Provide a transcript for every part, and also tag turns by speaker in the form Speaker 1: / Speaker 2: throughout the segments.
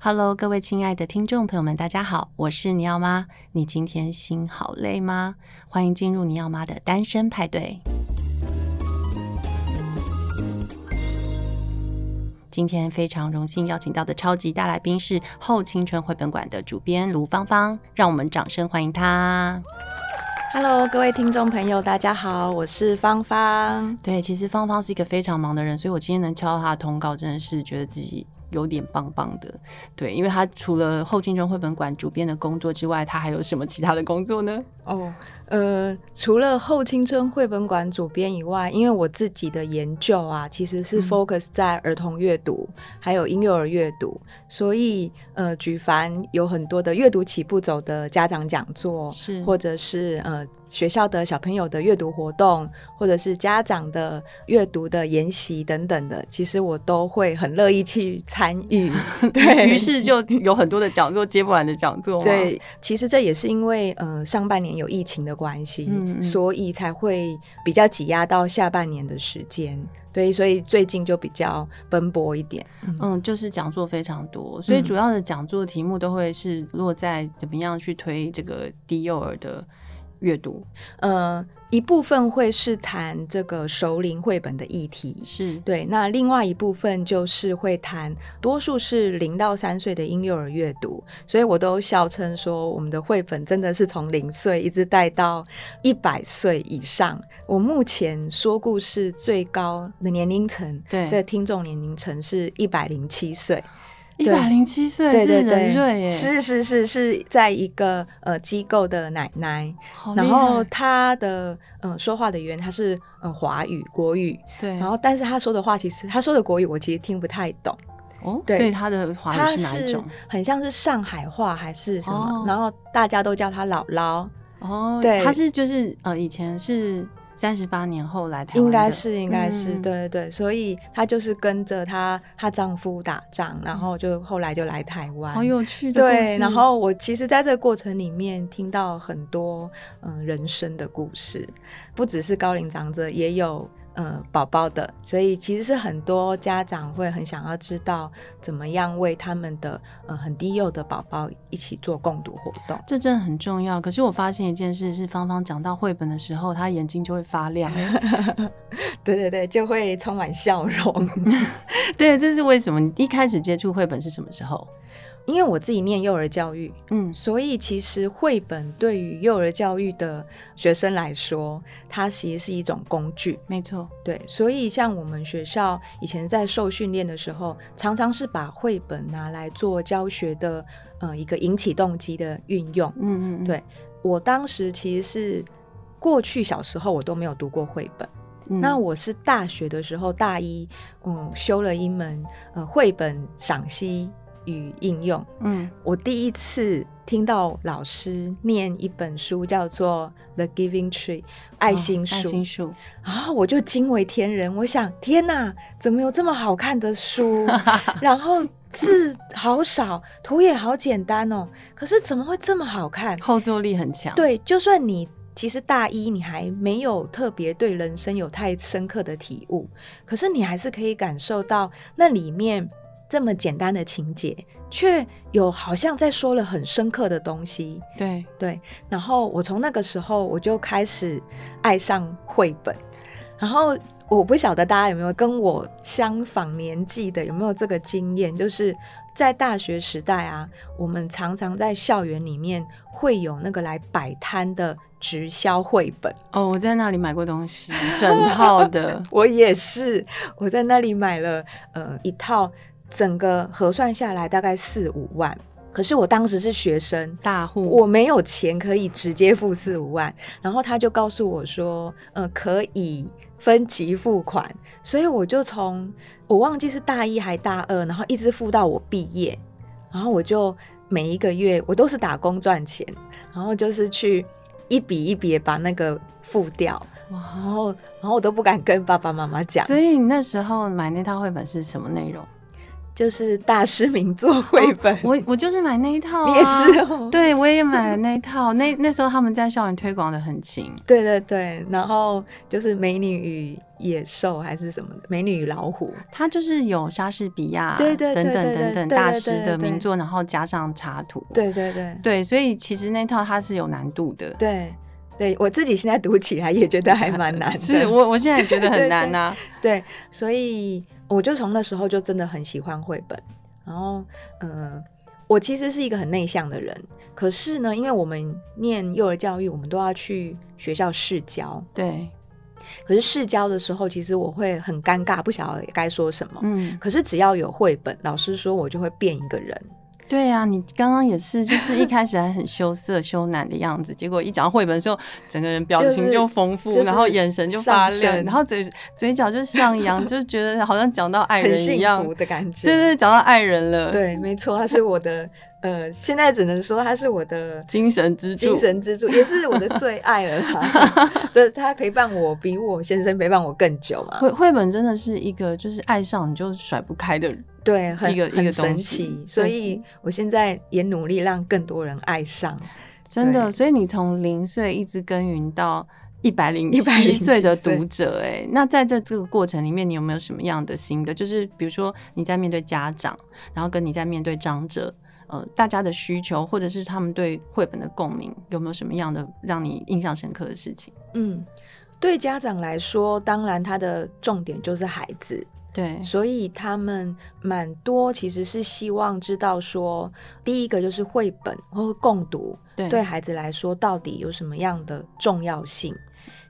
Speaker 1: Hello，各位亲爱的听众朋友们，大家好，我是尼奥妈。你今天心好累吗？欢迎进入尼奥妈的单身派对。今天非常荣幸邀请到的超级大来宾是后青春绘本馆的主编卢芳芳，让我们掌声欢迎她。
Speaker 2: Hello，各位听众朋友，大家好，我是芳芳。
Speaker 1: 对，其实芳芳是一个非常忙的人，所以我今天能敲到她的通告，真的是觉得自己有点棒棒的。对，因为她除了后青春绘本馆主编的工作之外，她还有什么其他的工作呢？
Speaker 2: 哦，呃，除了后青春绘本馆主编以外，因为我自己的研究啊，其实是 focus 在儿童阅读，还有婴幼儿阅读，所以呃，举凡有很多的阅读起步走的家长讲座，
Speaker 1: 是
Speaker 2: 或者是呃学校的小朋友的阅读活动，或者是家长的阅读的研习等等的，其实我都会很乐意去参 与。对，
Speaker 1: 于是就有很多的讲座，接不完的讲座。，
Speaker 2: 对，其实这也是因为呃上半年有疫情的关系，
Speaker 1: 嗯嗯
Speaker 2: 所以才会比较挤压到下半年的时间。对，所以最近就比较奔波一点。
Speaker 1: 嗯，就是讲座非常多，所以
Speaker 2: 嗯
Speaker 1: 主要的讲座题目都会是落在怎么样去推这个低幼儿的阅读。
Speaker 2: 呃，一部分会是谈这个熟龄绘本的议题。
Speaker 1: 是，
Speaker 2: 对，那另外一部分就是会谈，多数是零到三岁的婴幼儿阅读，所以我都笑称说，我们的绘本真的是从零岁一直带到一百岁以上。我目前说故事最高的年龄层，
Speaker 1: 对
Speaker 2: 这听众年龄层是一百零七岁，
Speaker 1: 一
Speaker 2: 对
Speaker 1: 百零七岁
Speaker 2: 对
Speaker 1: 是
Speaker 2: 对
Speaker 1: 人瑞
Speaker 2: 对，
Speaker 1: 耶，
Speaker 2: 是是是是在一个呃机构的奶奶，
Speaker 1: 好哦厉
Speaker 2: 然
Speaker 1: 害，
Speaker 2: 后她的嗯、呃说话的语言她是呃华语国语，
Speaker 1: 对，
Speaker 2: 然后，但是他说的话，其实他说的国语我其实听不太懂，
Speaker 1: 哦，
Speaker 2: 对
Speaker 1: 所以他的华
Speaker 2: 他
Speaker 1: 语是哪一
Speaker 2: 是
Speaker 1: 种？
Speaker 2: 很像是上海话还是什么，
Speaker 1: 哦
Speaker 2: 然后大家都叫他姥姥，
Speaker 1: 哦，
Speaker 2: 对
Speaker 1: 他是就是呃，以前是三十八年后来台湾
Speaker 2: 应该
Speaker 1: 的
Speaker 2: 是应该是、
Speaker 1: 嗯
Speaker 2: 对对对，所以她就是跟着她她丈夫打仗，然后就后来就来台湾。
Speaker 1: 哦好有趣的故
Speaker 2: 对，
Speaker 1: 事
Speaker 2: 然后我其实在这个过程里面听到很多嗯、呃人生的故事，不只是高龄长者，也有呃宝宝的，所以其实是很多家长会很想要知道怎么样为他们的呃很低幼的宝宝一起做共读活动。
Speaker 1: 这真的很重要。可是我发现一件事是，芳芳讲到绘本的时候，她眼睛就会发亮。
Speaker 2: 对对对，就会充满笑容。
Speaker 1: 对，这是为什么？你一开始接触绘本是什么时候？
Speaker 2: 因为我自己念幼儿教育，
Speaker 1: 嗯，
Speaker 2: 所以其实绘本对于幼儿教育的学生来说，它其实是一种工具。
Speaker 1: 没错，
Speaker 2: 对，所以像我们学校以前在受训练的时候，常常是把绘本拿来做教学的，呃，一个引起动机的运用。
Speaker 1: 嗯嗯，嗯
Speaker 2: 对我当时其实是过去小时候我都没有读过绘本，
Speaker 1: 嗯
Speaker 2: 那我是大学的时候大一，嗯，修了一门呃绘本赏析与应用，
Speaker 1: 嗯，
Speaker 2: 我第一次听到老师念一本书叫做《The Giving Tree》爱心
Speaker 1: 哦爱
Speaker 2: 树。
Speaker 1: 心树，
Speaker 2: 啊、我就惊为天人，我想天哪，怎么有这么好看的书？然后字好少，图也好简单哦，可是怎么会这么好看？
Speaker 1: 后坐力很强。，
Speaker 2: 对，就算你其实大一你还没有特别对人生有太深刻的体悟，可是你还是可以感受到那里面这么简单的情节，却有好像在说了很深刻的东西。
Speaker 1: 对
Speaker 2: 对，然后我从那个时候我就开始爱上绘本，然后我不晓得大家有没有跟我相仿年纪的有没有这个经验，就是在大学时代啊，我们常常在校园里面会有那个来摆摊的直销绘本，
Speaker 1: 哦，我在那里买过东西，整套 的
Speaker 2: 我也是，我在那里买了呃一套，整个核算下来大概四五万，可是我当时是学生，
Speaker 1: 大户，
Speaker 2: 我没有钱可以直接付四五万，然后他就告诉我说，呃，可以分期付款，所以我就从我忘记是大一还大二，然后一直付到我毕业，然后我就每一个月我都是打工赚钱，然后就是去一笔一笔地把那个付掉，然
Speaker 1: 哇！
Speaker 2: 后然后我都不敢跟爸爸妈妈讲，
Speaker 1: 所以你那时候买那套绘本是什么内容？
Speaker 2: 就是大师名作绘本。
Speaker 1: 我我就是买那一套、啊，
Speaker 2: 你也是、哦，
Speaker 1: 对我也 买了那一套。那那时候他们在校园推广的很勤，
Speaker 2: 对对对，然后就是《美女与野兽》还是什么的，《美女与老虎》。
Speaker 1: 它就是有莎士比亚，
Speaker 2: 对对对
Speaker 1: 等等
Speaker 2: 对对
Speaker 1: 等等
Speaker 2: 对
Speaker 1: 大
Speaker 2: 对
Speaker 1: 师
Speaker 2: 对
Speaker 1: 的
Speaker 2: 对
Speaker 1: 名作，然后加上插图。
Speaker 2: 对对对
Speaker 1: 对，所以其实那套它是有难度的。
Speaker 2: 对对，我自己现在读起来也觉得还蛮难啊 的。
Speaker 1: 是我我现在也觉得很难啊呐、
Speaker 2: 对，所以我就从那时候就真的很喜欢绘本。然后，呃，我其实是一个很内向的人，可是呢，因为我们念幼儿教育，我们都要去学校试教。
Speaker 1: 对，
Speaker 2: 可是试教的时候，其实我会很尴尬，不晓得该说什么。
Speaker 1: 嗯，
Speaker 2: 可是只要有绘本，老师说我就会变一个人。
Speaker 1: 对啊，你刚刚也是，就是一开始还很羞涩、羞赧的样子，结果一讲到绘本的时候，整个人表情就丰富，
Speaker 2: 就是
Speaker 1: 然后眼神就发
Speaker 2: 上
Speaker 1: 亮，
Speaker 2: 升
Speaker 1: 然后嘴嘴角就上扬，就觉得好像讲到爱
Speaker 2: 很
Speaker 1: 人一
Speaker 2: 幸
Speaker 1: 样。
Speaker 2: 福的感觉。
Speaker 1: 对对，讲到爱人 了，，
Speaker 2: 对，没错，他是我的，呃，现在只能说他是我的
Speaker 1: 精神支柱，
Speaker 2: 精神支柱，也是我的最爱了啦。 就是他陪伴我比我先生陪伴我更久嘛，
Speaker 1: 绘绘本真的是一个，就是爱上你就甩不开的人。
Speaker 2: 对，很
Speaker 1: 一个一
Speaker 2: 很
Speaker 1: 个
Speaker 2: 神
Speaker 1: 东西
Speaker 2: 奇。
Speaker 1: 对
Speaker 2: 所以我现在也努力让更多人爱上。
Speaker 1: 真的，
Speaker 2: 对
Speaker 1: 所以你从零岁一直耕耘到一百零
Speaker 2: 107
Speaker 1: 七岁的
Speaker 2: 岁
Speaker 1: 读者、欸，哎，那在这这个过程里面，你有没有什么样的心得？就是比如说你在面对家长，然后跟你在面对长者，呃，大家的需求，或者是他们对绘本的共鸣，有没有什么样的让你印象深刻的事情？
Speaker 2: 嗯，对家长来说，当然他的重点就是孩子，
Speaker 1: 对，
Speaker 2: 所以他们蛮多其实是希望知道说，第一个就是绘本或共读，
Speaker 1: 对，
Speaker 2: 对孩子来说到底有什么样的重要性？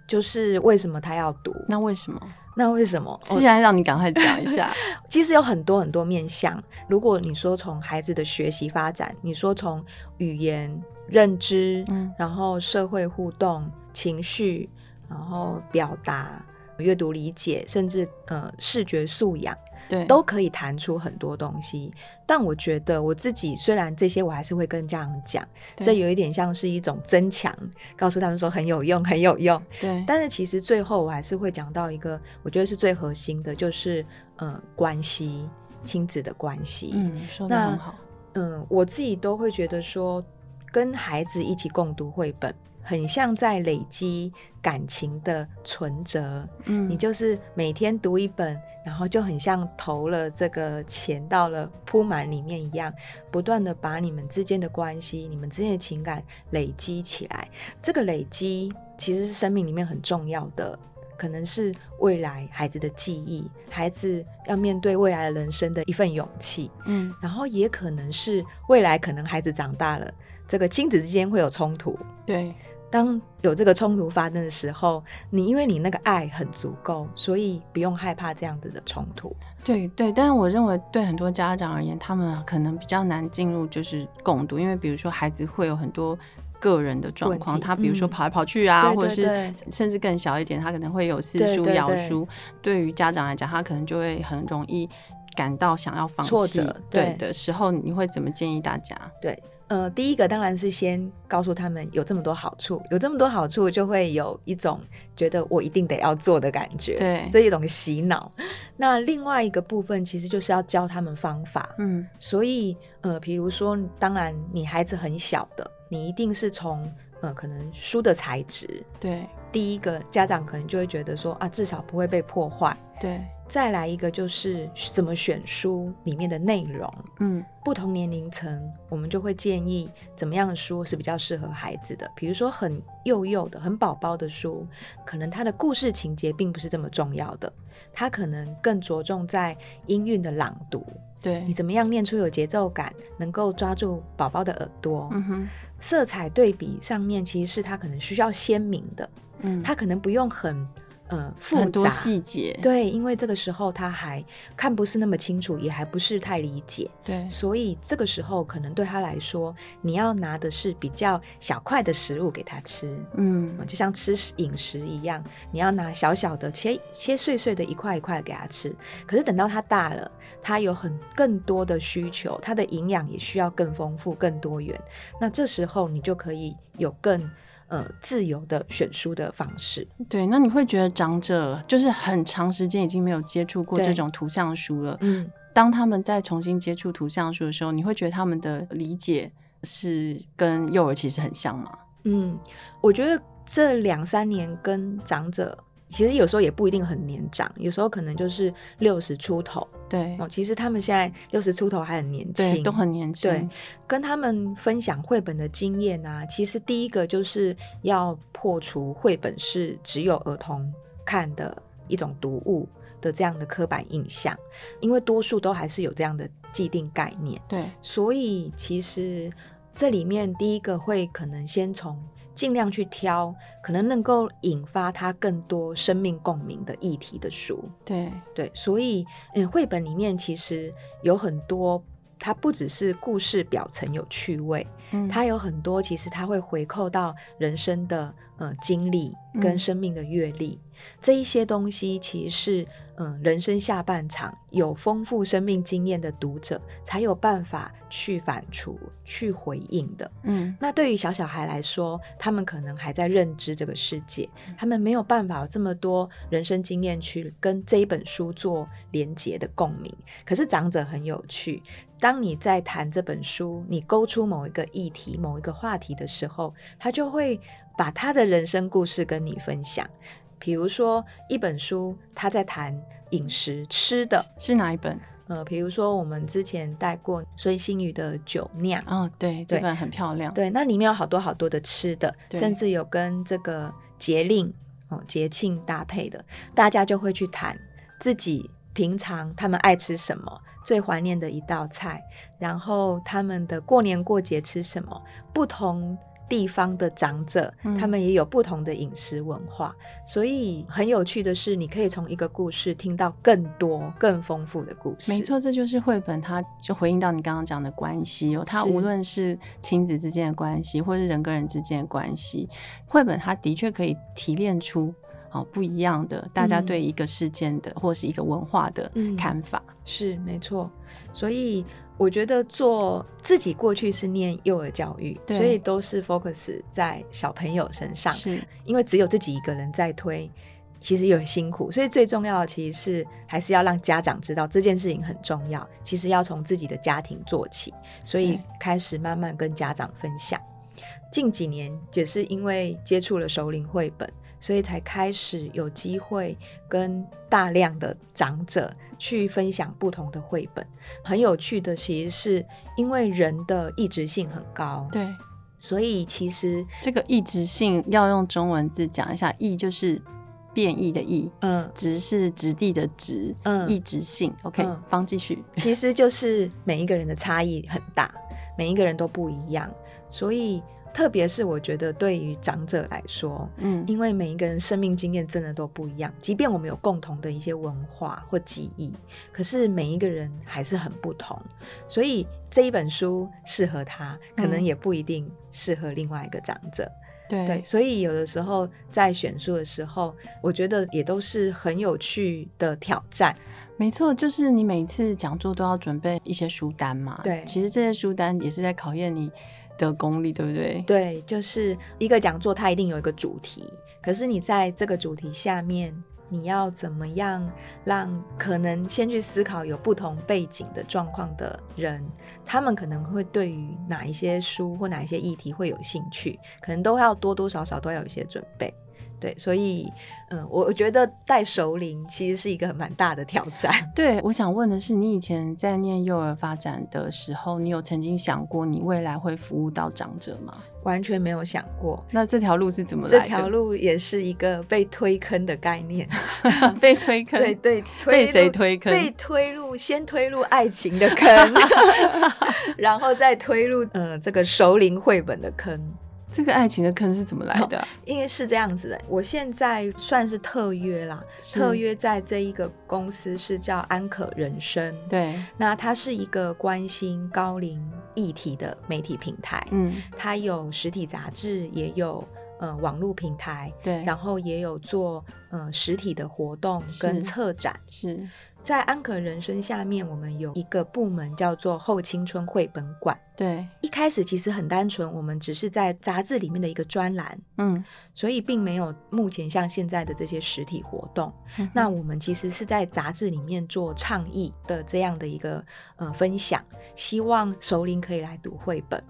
Speaker 2: 就是为什么他要读？
Speaker 1: 那为什么？
Speaker 2: 那为什么？
Speaker 1: 既然让你赶快讲一下，
Speaker 2: 其实有很多很多面向。如果你说从孩子的学习发展，你说从语言、认知，
Speaker 1: 嗯
Speaker 2: 然后社会互动、情绪，然后表达、阅读理解，甚至呃视觉素养，
Speaker 1: 对，
Speaker 2: 都可以谈出很多东西。但我觉得我自己虽然这些我还是会跟家长讲，
Speaker 1: 对
Speaker 2: 这有一点像是一种增强，告诉他们说很有用，很有用。
Speaker 1: 对，
Speaker 2: 但是其实最后我还是会讲到一个，我觉得是最核心的，就是呃关系，亲子的关系。
Speaker 1: 嗯，说的
Speaker 2: 那
Speaker 1: 很好，
Speaker 2: 嗯、我自己都会觉得说，跟孩子一起共读绘本，很像在累积感情的存折。
Speaker 1: 嗯，
Speaker 2: 你就是每天读一本，然后就很像投了这个钱到了铺满里面一样，不断的把你们之间的关系、你们之间的情感累积起来。这个累积其实是生命里面很重要的，可能是未来孩子的记忆，孩子要面对未来的人生的一份勇气。
Speaker 1: 嗯，
Speaker 2: 然后也可能是未来可能孩子长大了，这个亲子之间会有冲突。
Speaker 1: 对，
Speaker 2: 当有这个冲突发生的时候，你因为你那个爱很足够，所以不用害怕这样子的冲突。
Speaker 1: 对对，但是我认为对很多家长而言，他们可能比较难进入就是共读，因为比如说孩子会有很多个人的状
Speaker 2: 问
Speaker 1: 况，
Speaker 2: 题
Speaker 1: 他比如说
Speaker 2: 嗯
Speaker 1: 跑来跑去啊，
Speaker 2: 对
Speaker 1: 或者
Speaker 2: 对
Speaker 1: 是
Speaker 2: 对
Speaker 1: 甚至更小一点，他可能会有四
Speaker 2: 对
Speaker 1: 书
Speaker 2: 对
Speaker 1: 摇
Speaker 2: 对
Speaker 1: 书。对于家长来讲，他可能就会很容易感到想要放弃
Speaker 2: 挫折
Speaker 1: 对
Speaker 2: 对
Speaker 1: 的时候，你会怎么建议大家？
Speaker 2: 对，呃，第一个当然是先告诉他们有这么多好处，有这么多好处，就会有一种觉得我一定得要做的感觉，
Speaker 1: 对
Speaker 2: 这一种洗脑。那另外一个部分其实就是要教他们方法，
Speaker 1: 嗯，
Speaker 2: 所以，呃，比如说，当然你孩子很小的，你一定是从呃可能书的材质，
Speaker 1: 对
Speaker 2: 第一个家长可能就会觉得说啊，至少不会被破坏。
Speaker 1: 对，
Speaker 2: 再来一个就是怎么选书里面的内容，
Speaker 1: 嗯
Speaker 2: 不同年龄层我们就会建议怎么样的书是比较适合孩子的。比如说很幼幼的、很宝宝的书，可能它的故事情节并不是这么重要的，它可能更着重在音韵的朗读，
Speaker 1: 对
Speaker 2: 你，怎么样念出有节奏感，能够抓住宝宝的耳朵？
Speaker 1: 嗯哼，
Speaker 2: 色彩对比上面其实是他可能需要鲜明的，
Speaker 1: 嗯，
Speaker 2: 他可能不用很呃复
Speaker 1: 很多
Speaker 2: 杂。
Speaker 1: 细节，
Speaker 2: 对，因为这个时候他还看不是那么清楚，也还不是太理解，
Speaker 1: 对
Speaker 2: 所以这个时候可能对他来说，你要拿的是比较小块的食物给他吃，
Speaker 1: 嗯
Speaker 2: 嗯就像吃饮食一样，你要拿小小的切切碎碎的一块一块给他吃。可是等到他大了，他有很更多的需求，他的营养也需要更丰富、更多元。那这时候你就可以有更呃自由的选书的方式。
Speaker 1: 对，那你会觉得长者就是很长时间已经没有接触过
Speaker 2: 对
Speaker 1: 这种图像书了，
Speaker 2: 嗯，
Speaker 1: 当他们再重新接触图像书的时候，你会觉得他们的理解是跟幼儿其实很像吗？
Speaker 2: 嗯，我觉得这两三年跟长者，其实有时候也不一定很年长，有时候可能就是六十出头
Speaker 1: 对，
Speaker 2: 哦。其实他们现在六十出头还很年
Speaker 1: 对，
Speaker 2: 轻，
Speaker 1: 都很年轻。
Speaker 2: 对跟他们分享绘本的经验啊。其实第一个就是要破除绘本是只有儿童看的一种读物的这样的刻板印象，因为多数都还是有这样的既定概念。
Speaker 1: 对
Speaker 2: 所以其实这里面第一个会可能先从尽量去挑可能能够引发他更多生命共鸣的议题的书，
Speaker 1: 对
Speaker 2: 对，所以嗯，绘本里面其实有很多。它不只是故事表层有趣味，
Speaker 1: 嗯，
Speaker 2: 它有很多其实它会回扣到人生的呃经历
Speaker 1: 嗯
Speaker 2: 跟生命的阅历，这一些东西其实是嗯、呃人生下半场有丰富生命经验的读者才有办法去反刍、去回应的。
Speaker 1: 嗯
Speaker 2: 那对于小小孩来说，他们可能还在认知这个世界，
Speaker 1: 嗯
Speaker 2: 他们没有办法有这么多人生经验去跟这一本书做连结的共鸣。可是长者很有趣，当你在谈这本书，你勾出某一个议题、某一个话题的时候，他就会把他的人生故事跟你分享。比如说，一本书他在谈饮食吃的，
Speaker 1: 是哪一本？
Speaker 2: 呃，比如说我们之前带过孙星宇的《酒酿》，
Speaker 1: 哦，对，这
Speaker 2: 对
Speaker 1: 本很漂亮。
Speaker 2: 对，那里面有好多好多的吃的，
Speaker 1: 对
Speaker 2: 甚至有跟这个节令哦节庆搭配的，大家就会去谈自己平常他们爱吃什么，最怀念的一道菜，然后他们的过年过节吃什么，不同。地方的长者
Speaker 1: 嗯，
Speaker 2: 他们也有不同的饮食文化，所以很有趣的是，你可以从一个故事听到更多、更丰富的故事。
Speaker 1: 没，错，这就是绘本，它就回应到你刚刚讲的关系哦。它
Speaker 2: 是
Speaker 1: 无论是亲子之间的关系，或是人跟人之间的关系，绘本它的确可以提炼出哦不一样的大家
Speaker 2: 嗯
Speaker 1: 对一个事件的、或是一个文化的
Speaker 2: 嗯
Speaker 1: 看法。
Speaker 2: 是没错，所以我觉得做自己过去是念幼儿教育，
Speaker 1: 对
Speaker 2: 所以都是 focus 在小朋友身上，
Speaker 1: 是
Speaker 2: 因为只有自己一个人在推，其实也很辛苦，所以最重要的其实是还是要让家长知道这件事情很重要，其实要从自己的家庭做起，所以
Speaker 1: 对
Speaker 2: 开始慢慢跟家长分享。近几年也是因为接触了首领绘本，所以才开始有机会跟大量的长者去分享不同的绘本。很有趣的，其实是因为人的意志性很高，
Speaker 1: 对
Speaker 2: 所以其实
Speaker 1: 这个意志性要用中文字讲一下，意就是变异的意，
Speaker 2: 嗯
Speaker 1: 直是质地的直，
Speaker 2: 嗯
Speaker 1: 意志性。OK，、
Speaker 2: 嗯
Speaker 1: 方继续。
Speaker 2: 其实就是每一个人的差异很大，每一个人都不一样，所以特别是我觉得对于长者来说，
Speaker 1: 嗯，
Speaker 2: 因为每一个人生命经验真的都不一样，即便我们有共同的一些文化或记忆，可是每一个人还是很不同，所以这一本书适合他，可能
Speaker 1: 嗯
Speaker 2: 也不一定适合另外一个长者。
Speaker 1: 对
Speaker 2: 对，所以有的时候在选书的时候，我觉得也都是很有趣的挑战。
Speaker 1: 没错，就是你每次讲座都要准备一些书单嘛。
Speaker 2: 对
Speaker 1: 其实这些书单也是在考验你的功力，对不对？
Speaker 2: 对，就是一个讲座，它一定有一个主题，可是你在这个主题下面，你要怎么样让可能先去思考有不同背景的状况的人，他们可能会对于哪一些书或哪一些议题会有兴趣，可能都要多多少少都要有一些准备。对，所以，嗯，我我觉得带首领其实是一个蛮大的挑战。
Speaker 1: 对，我想问的是，你以前在念幼儿发展的时候，你有曾经想过你未来会服务到长者吗？
Speaker 2: 完全没有想过。
Speaker 1: 那这条路是怎么
Speaker 2: 这
Speaker 1: 来的？
Speaker 2: 条路也是一个被推坑的概念，
Speaker 1: 被推坑，
Speaker 2: 对 对，推
Speaker 1: 被谁
Speaker 2: 入
Speaker 1: 推坑
Speaker 2: 被推入先推入爱情的 坑， 然后再推入呃这个熟龄绘本的坑。
Speaker 1: 这个爱情的坑是怎么来的啊？
Speaker 2: 因为是这样子的，我现在算是特约啦，
Speaker 1: 是
Speaker 2: 特约在这一个公司是叫安可人生，，
Speaker 1: 对，
Speaker 2: 那它是一个关心高龄议题的媒体平台，
Speaker 1: 嗯，
Speaker 2: 它有实体杂志，也有呃网络平台，
Speaker 1: 对，
Speaker 2: 然后也有做呃实体的活动
Speaker 1: 是
Speaker 2: 跟策展，
Speaker 1: 是
Speaker 2: 在安可人生下面，我们有一个部门叫做后青春绘本馆。
Speaker 1: 对，
Speaker 2: 一开始其实很单纯，我们只是在杂志里面的一个专栏，
Speaker 1: 嗯，
Speaker 2: 所以并没有目前像现在的这些实体活动。那我们其实是在杂志里面做倡议的这样的一个呃分享，希望熟龄可以来读绘本。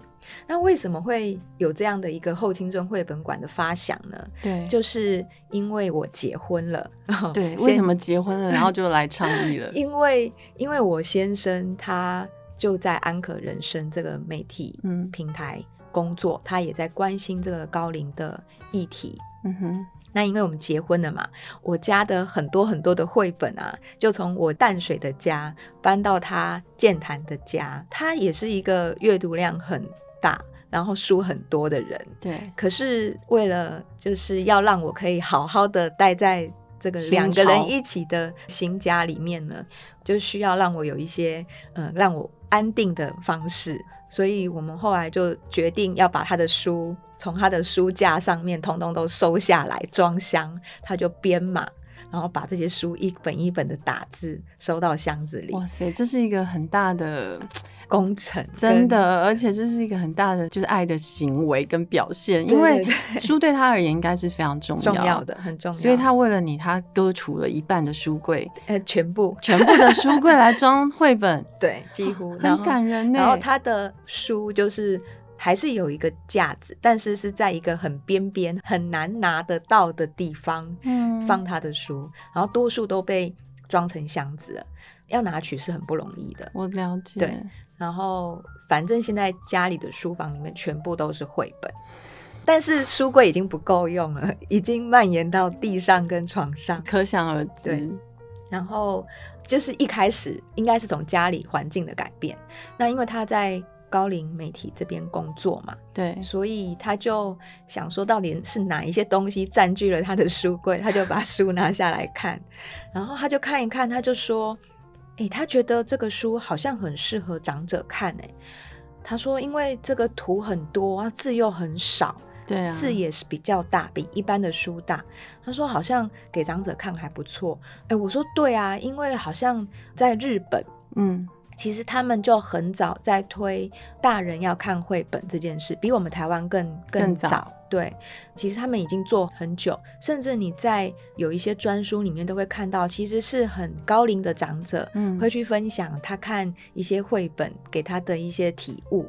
Speaker 2: 那为什么会有这样的一个后青春绘本馆的发想呢？
Speaker 1: 对，
Speaker 2: 就是因为我结婚了。
Speaker 1: 对，
Speaker 2: 先
Speaker 1: 为什么结婚了，然后就来倡议 了？
Speaker 2: 因为因为我先生他就在安可人生这个媒体
Speaker 1: 嗯
Speaker 2: 平台工作，他也在关心这个高龄的议题。
Speaker 1: 嗯哼，
Speaker 2: 那因为我们结婚了嘛，我家的很多很多的绘本啊，就从我淡水的家搬到他健谈的家。他也是一个阅读量很大，然后书很多的人。
Speaker 1: 对，
Speaker 2: 可是为了就是要让我可以好好的待在这个两个人一起的新家里面呢，就需要让我有一些呃让我安定的方式，所以我们后来就决定要把他的书从他的书架上面通通都收下来装箱，他就编码，然后把这些书一本一本的打字收到箱子里，
Speaker 1: 哇塞，这是一个很大的，
Speaker 2: 工程
Speaker 1: 真
Speaker 2: 跟
Speaker 1: 的，而且这是一个很大的就是爱的行为跟表现，
Speaker 2: 对
Speaker 1: 因为
Speaker 2: 对
Speaker 1: 书对他而言应该是非常重要
Speaker 2: 重要。的很重要，
Speaker 1: 所以他为了你，他割除了一半的书柜，
Speaker 2: 呃全部
Speaker 1: 全部的书柜来装绘本，
Speaker 2: 对几乎 然
Speaker 1: 很
Speaker 2: 后
Speaker 1: 感人呢。
Speaker 2: 然后他的书就是还是有一个架子，但是是在一个很边边、很难拿得到的地方
Speaker 1: 嗯
Speaker 2: 放他的书，然后多数都被装成箱子了，要拿取是很不容易的。
Speaker 1: 我了解，
Speaker 2: 对然后反正现在家里的书房里面全部都是绘本。但是书柜已经不够用了，已经蔓延到地上跟床上。
Speaker 1: 可想而知。
Speaker 2: 对然后就是一开始应该是从家里环境的改变。那因为他在高龄媒体这边工作嘛，
Speaker 1: 对
Speaker 2: 所以他就想说，到底是哪一些东西占据了他的书柜，他就把书拿下来看，然后他就看一看，他就说：“诶、他觉得这个书好像很适合长者看、诶，他说：“因为这个图很多，啊，字又很少，
Speaker 1: 对啊，
Speaker 2: 字也是比较大，比一般的书大。他说好像给长者看还不错。哎，我说对啊，因为好像在日本，
Speaker 1: 嗯，
Speaker 2: 其实他们就很早在推大人要看绘本这件事，比我们台湾更
Speaker 1: 更
Speaker 2: 早。
Speaker 1: 早
Speaker 2: 对，其实他们已经做很久，甚至你在有一些专书里面都会看到，其实是很高龄的长者，
Speaker 1: 嗯
Speaker 2: 会去分享他看一些绘本给他的一些体悟。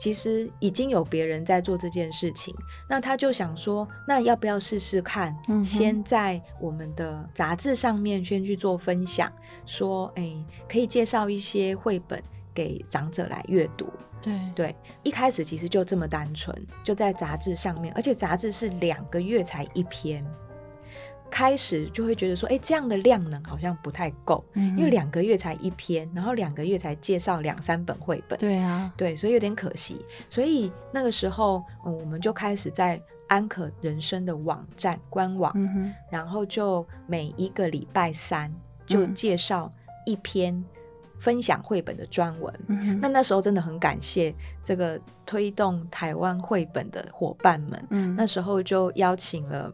Speaker 2: 其实已经有别人在做这件事情，那他就想说，那要不要试试看？
Speaker 1: 嗯哼
Speaker 2: 先在我们的杂志上面先去做分享，说，哎，可以介绍一些绘本给长者来阅读。
Speaker 1: 对
Speaker 2: 对，一开始其实就这么单纯，就在杂志上面，而且杂志是两个月才一篇。开始就会觉得说，哎，这样的量能好像不太够，
Speaker 1: 因
Speaker 2: 因为两个月才一篇，然后两个月才介绍两三本绘本，
Speaker 1: 对啊，
Speaker 2: 对，所以有点可惜。所以那个时候，嗯，我们就开始在安可人生的网站官网，
Speaker 1: 嗯哼，
Speaker 2: 然后就每一个礼拜三就
Speaker 1: 嗯
Speaker 2: 介绍一篇分享绘本的专文。
Speaker 1: 嗯哼，
Speaker 2: 那那时候真的很感谢这个推动台湾绘本的伙伴们。
Speaker 1: 嗯
Speaker 2: 那时候就邀请了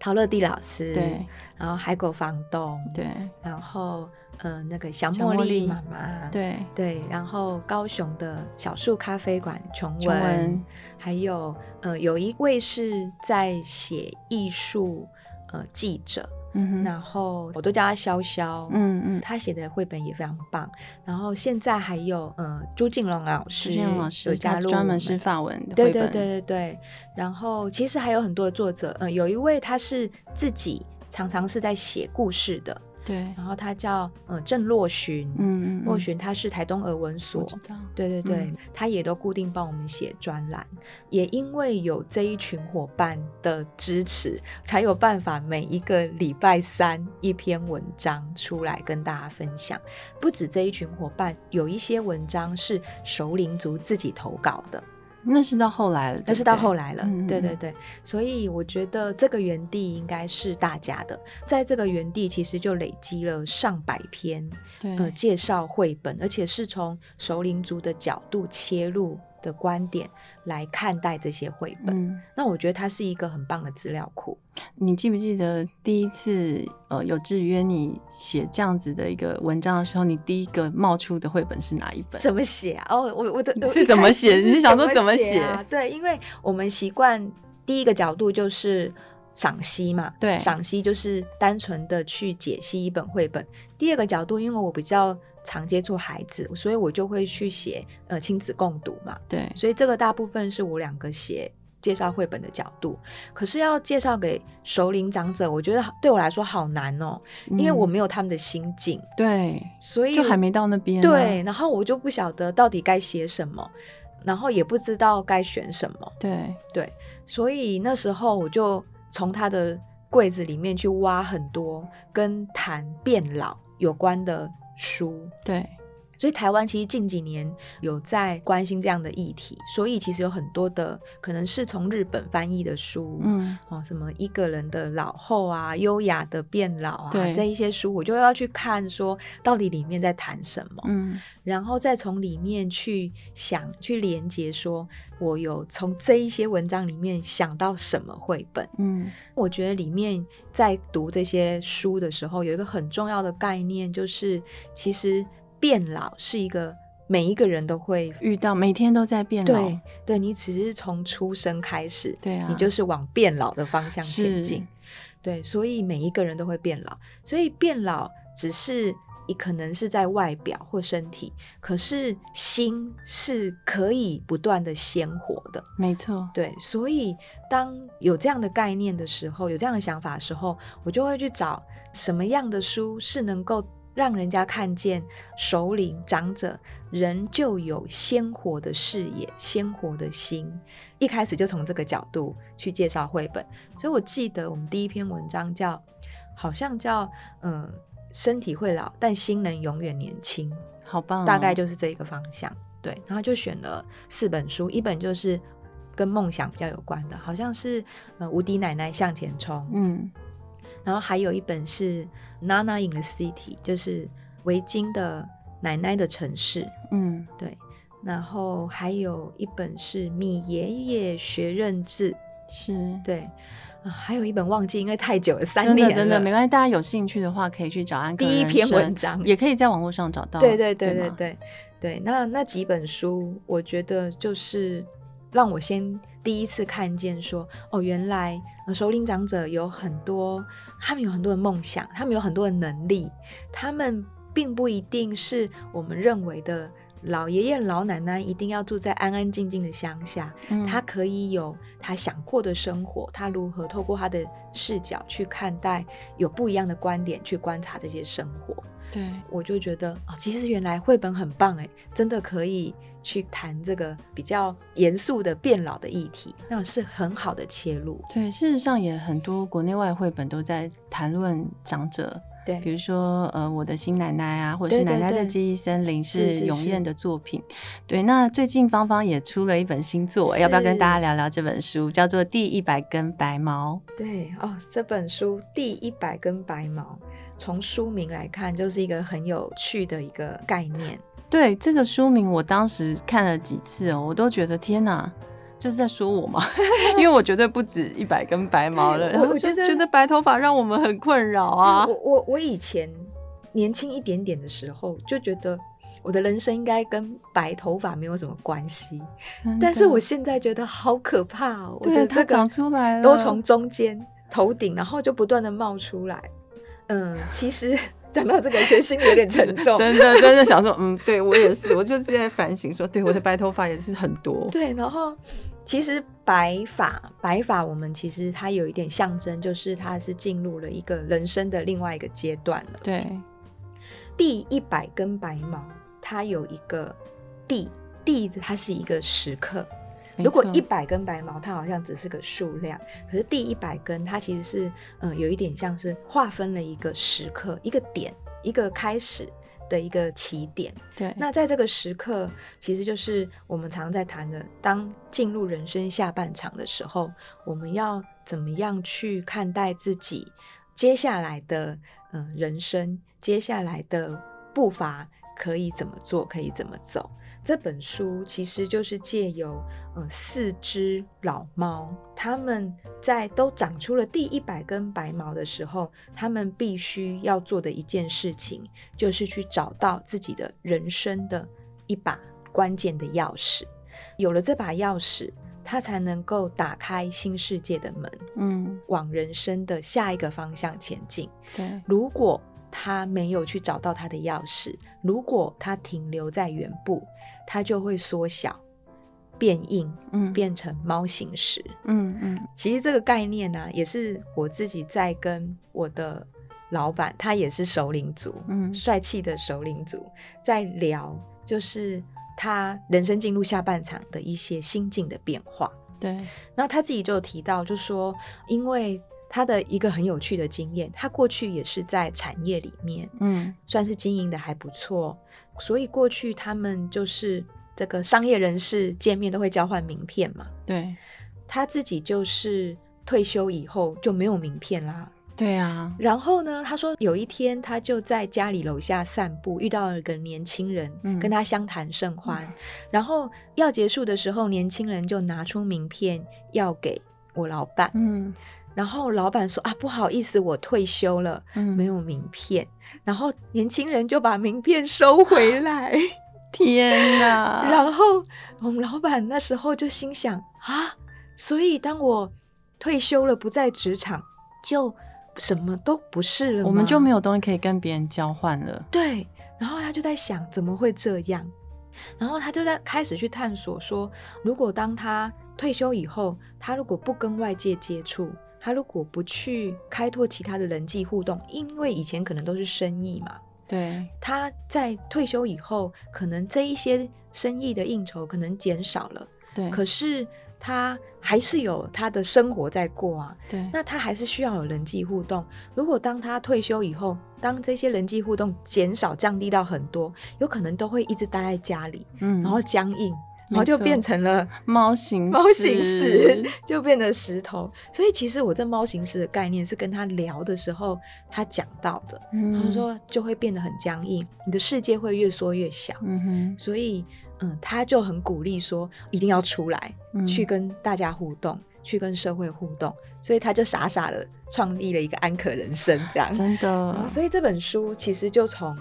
Speaker 2: 陶乐蒂老师，
Speaker 1: 对，
Speaker 2: 然后海狗房东，
Speaker 1: 对
Speaker 2: 然后呃那个小
Speaker 1: 小
Speaker 2: 茉
Speaker 1: 茉
Speaker 2: 莉
Speaker 1: 莉
Speaker 2: 妈妈，
Speaker 1: 对，
Speaker 2: 对，然后高雄的小树咖啡馆琼文，
Speaker 1: 琼文
Speaker 2: 还有呃有一位是在写艺术呃记者，
Speaker 1: 嗯哼，
Speaker 2: 然后我都叫他潇潇，
Speaker 1: 嗯嗯，
Speaker 2: 他写的绘本也非常棒。然后现在还有呃朱静龙老师，
Speaker 1: 是建老师
Speaker 2: 有加
Speaker 1: 他
Speaker 2: 入
Speaker 1: 专
Speaker 2: 我
Speaker 1: 门
Speaker 2: 们
Speaker 1: 是法文的
Speaker 2: 对
Speaker 1: 绘
Speaker 2: 对
Speaker 1: 本，
Speaker 2: 对对对。然后其实还有很多的作者，呃，有一位他是自己常常是在写故事的，
Speaker 1: 对，
Speaker 2: 然后他叫呃郑若寻，
Speaker 1: 嗯嗯，
Speaker 2: 若
Speaker 1: 嗯
Speaker 2: 寻他是台东俄文所
Speaker 1: 我。知道，
Speaker 2: 对对对，
Speaker 1: 嗯
Speaker 2: 他也都固定帮我们写专栏，也因为有这一群伙伴的支持，才有办法每一个礼拜三一篇文章出来跟大家分享。不止这一群伙伴，有一些文章是熟龄族自己投稿的，
Speaker 1: 那是到后来了，
Speaker 2: 但是到后
Speaker 1: 来，
Speaker 2: 来了，
Speaker 1: 嗯嗯
Speaker 2: 对
Speaker 1: 嗯
Speaker 2: 对对，所以我觉得这个园地应该是大家的，在这个园地其实就累积了上百篇
Speaker 1: 对，
Speaker 2: 呃呃介绍绘本，而且是从熟龄族的角度切入的观点来看待这些绘本。
Speaker 1: 嗯，
Speaker 2: 那我觉得它是一个很棒的资料库。
Speaker 1: 你记不记得第一次呃有志约你写这样子的一个文章的时候，你第一个冒出的绘本是哪一本？
Speaker 2: 怎么写啊？哦，我我的我
Speaker 1: 是
Speaker 2: 一
Speaker 1: 怎么
Speaker 2: 开始
Speaker 1: 写
Speaker 2: 就是
Speaker 1: 你是想说怎么
Speaker 2: 啊
Speaker 1: 写？
Speaker 2: 对，因为我们习惯第一个角度就是赏析嘛，
Speaker 1: 对
Speaker 2: 赏析就是单纯的去解析一本绘本。第二个角度，因为我比较常接触孩子，所以我就会去写呃亲子共读嘛，
Speaker 1: 对，
Speaker 2: 所以这个大部分是我两个写。介绍绘本的角度，可是要介绍给熟龄长者，我觉得对我来说好难哦，因为
Speaker 1: 嗯
Speaker 2: 我没有他们的心境，
Speaker 1: 对
Speaker 2: 所以
Speaker 1: 就
Speaker 2: 我
Speaker 1: 还没到那边、啊。
Speaker 2: 对，然后我就不晓得到底该写什么，然后也不知道该选什么，
Speaker 1: 对，
Speaker 2: 所以那时候我就从他的柜子里面去挖很多跟谈变老有关的书。
Speaker 1: 对，
Speaker 2: 所以台湾其实近几年有在关心这样的议题，所以其实有很多的可能是从日本翻译的书，
Speaker 1: 嗯，
Speaker 2: 哦，什么一个人的老后啊，优雅的变老啊，
Speaker 1: 对
Speaker 2: 这一些书我就要去看，说到底里面在谈什么。
Speaker 1: 嗯，
Speaker 2: 然后再从里面去想、去连接说，我有从这一些文章里面想到什么绘本。
Speaker 1: 嗯，
Speaker 2: 我觉得里面在读这些书的时候，有一个很重要的概念，就是其实变老是一个每一个人都会。
Speaker 1: 遇到每天都在变老，
Speaker 2: 对，对你只是从出生开始，
Speaker 1: 对啊
Speaker 2: 你就是往变老的方向前
Speaker 1: 是
Speaker 2: 进。对，所以每一个人都会变老，所以变老只是你可能是在外表或身体，可是心是可以不断的鲜活的。
Speaker 1: 没错，
Speaker 2: 对，所以当有这样的概念的时候，有这样的想法的时候，我就会去找什么样的书是能够让人家看见首领长者仍旧有鲜活的视野、鲜活的心。一开始就从这个角度去介绍绘本，所以我记得我们第一篇文章叫，好像叫嗯、呃身体会老，但心能永远年轻。
Speaker 1: 好棒哦、
Speaker 2: 大概就是这一个方向。对，然后就选了四本书，一本就是跟梦想比较有关的，好像是呃《无敌奶奶向前冲》，
Speaker 1: 嗯，
Speaker 2: 然后还有一本是《Nana in the City》，就是维京的奶奶的城市。
Speaker 1: 嗯
Speaker 2: 对，然后还有一本是《米爷爷学认字》，
Speaker 1: 是。
Speaker 2: 对。啊，还有一本忘记，因为太久了，三
Speaker 1: 真
Speaker 2: 年
Speaker 1: 的
Speaker 2: 了。
Speaker 1: 真的没关系，大家有兴趣的话可以去找安可
Speaker 2: 第一
Speaker 1: 人
Speaker 2: 篇文
Speaker 1: 生
Speaker 2: 章
Speaker 1: 也可以在网络上找到。
Speaker 2: 对对对对
Speaker 1: 吗，
Speaker 2: 对对，那那几本书，我觉得就是让我先第一次看见说，哦，原来呃首领长者有很多，他们有很多的梦想，他们有很多的能力，他们并不一定是我们认为的老爷爷老奶奶一定要住在安安静静的乡下，
Speaker 1: 嗯
Speaker 2: 他可以有他想过的生活，他如何透过他的视角去看待，有不一样的观点去观察这些生活。
Speaker 1: 对
Speaker 2: 我就觉得哦，其实原来绘本很棒哎，真的可以去谈这个比较严肃的变老的议题，那是很好的切入。
Speaker 1: 对，事实上也很多国内外绘本都在谈论长者，
Speaker 2: 对
Speaker 1: 比如说呃我的新奶奶啊，或者是
Speaker 2: 对对
Speaker 1: 奶奶的
Speaker 2: 对
Speaker 1: 记忆森林
Speaker 2: 是
Speaker 1: 是
Speaker 2: 是
Speaker 1: 永
Speaker 2: 是
Speaker 1: 燕的作品。对，那最近芳芳也出了一本新作，要不要跟大家聊聊这本书？叫做《第一百根白毛》。
Speaker 2: 对哦，这本书《第一百根白毛》，从书名来看，就是一个很有趣的一个概念。
Speaker 1: 对这个书名，我当时看了几次哦，我都觉得天哪，就是在说我嘛， 因为我绝对不止一百根白毛了。
Speaker 2: 对
Speaker 1: 然后
Speaker 2: 我
Speaker 1: 我
Speaker 2: 觉
Speaker 1: 就
Speaker 2: 得
Speaker 1: 觉得白头发让我们很困扰啊
Speaker 2: 我。我我以前年轻一点点的时候，就觉得我的人生应该跟白头发没有什么关系，
Speaker 1: 真
Speaker 2: 但是
Speaker 1: 的
Speaker 2: 我现在觉得好可怕哦！我觉
Speaker 1: 对
Speaker 2: 得
Speaker 1: 它
Speaker 2: 这个
Speaker 1: 长出来了，
Speaker 2: 都从中间头顶，然后就不断的冒出来。嗯，其实 讲到这个，觉得心里有点沉重。
Speaker 1: 真的真的想说，嗯，对我也是，我 就是在反省说，对我的白头发也是很多，
Speaker 2: 对，然后其实白发，白发，我们其实它有一点象征，就是它是进入了一个人生的另外一个阶段了。
Speaker 1: 对
Speaker 2: 第一百根白毛，它有一个地，地它是一个时刻。
Speaker 1: 没
Speaker 2: 如果
Speaker 1: 错
Speaker 2: 一百根白毛，它好像只是个数量，可是第一百根它其实是，嗯、有一点像是划分了一个时刻、一个点、一个开始的一个起点。
Speaker 1: 对
Speaker 2: 那在这个时刻，其实就是我们常在谈的，当进入人生下半场的时候，我们要怎么样去看待自己接下来的嗯、呃人生，接下来的步伐可以怎么做，可以怎么走。这本书其实就是借由呃四只老猫，它们在都长出了第一百根白毛的时候，它们必须要做的一件事情，就是去找到自己的人生的一把关键的钥匙。有了这把钥匙，它才能够打开新世界的门，
Speaker 1: 嗯，
Speaker 2: 往人生的下一个方向前进。
Speaker 1: 对，
Speaker 2: 如果他没有去找到他的钥匙，如果他停留在原步，他就会缩小、变硬，
Speaker 1: 嗯，
Speaker 2: 变成猫形石。
Speaker 1: 嗯嗯
Speaker 2: 其实这个概念呢、也是我自己在跟我的老板，他也是首领族，
Speaker 1: 嗯
Speaker 2: 帅气的首领族在聊，就是他人生进入下半场的一些心境的变化。
Speaker 1: 对，
Speaker 2: 然后他自己就有提到，就说因为他的一个很有趣的经验，他过去也是在产业里面
Speaker 1: 嗯
Speaker 2: 算是经营的还不错，所以过去他们就是这个商业人士见面都会交换名片嘛，
Speaker 1: 对
Speaker 2: 他自己就是退休以后就没有名片啦。
Speaker 1: 对啊，
Speaker 2: 然后呢，他说有一天他就在家里楼下散步，遇到了一个年轻人，
Speaker 1: 嗯
Speaker 2: 跟他相谈甚欢。 然后要结束的时候，年轻人就拿出名片要给我老板，
Speaker 1: 嗯
Speaker 2: 然后老板说啊，不好意思，我退休了，
Speaker 1: 嗯，
Speaker 2: 没有名片。然后年轻人就把名片收回 来，
Speaker 1: 天哪，
Speaker 2: 然后我们老板那时候就心想啊，所以当我退休了，不在职场，就什么都不是了吗，
Speaker 1: 我们就没有东西可以跟别人交换了。
Speaker 2: 对，然后他就在想怎么会这样，然后他就在开始去探索说，如果当他退休以后，他如果不跟外界接触，他如果不去开拓其他的人际互动，因为以前可能都是生意嘛，
Speaker 1: 对，
Speaker 2: 他在退休以后，可能这一些生意的应酬可能减少了，
Speaker 1: 对，
Speaker 2: 可是他还是有他的生活在过啊，
Speaker 1: 对，
Speaker 2: 那他还是需要有人际互动。如果当他退休以后，当这些人际互动减少、降低到很多，有可能都会一直待在家里，
Speaker 1: 嗯，
Speaker 2: 然后僵硬，
Speaker 1: 没错
Speaker 2: 然后就变成了
Speaker 1: 猫形
Speaker 2: 猫形
Speaker 1: 式
Speaker 2: 石， 就变成石头。所以其实我这猫形石的概念是跟他聊的时候他讲到的，
Speaker 1: 嗯
Speaker 2: 他，说就会变得很僵硬，你的世界会越缩越小。
Speaker 1: 嗯
Speaker 2: 所以，嗯，他就很鼓励说一定要出来，
Speaker 1: 哼，
Speaker 2: 去
Speaker 1: 个
Speaker 2: 跟大家互动，去跟社会互动，所以他就傻傻的创立了一个安可人生这样。
Speaker 1: 真的
Speaker 2: 然后，所以这本书其实就从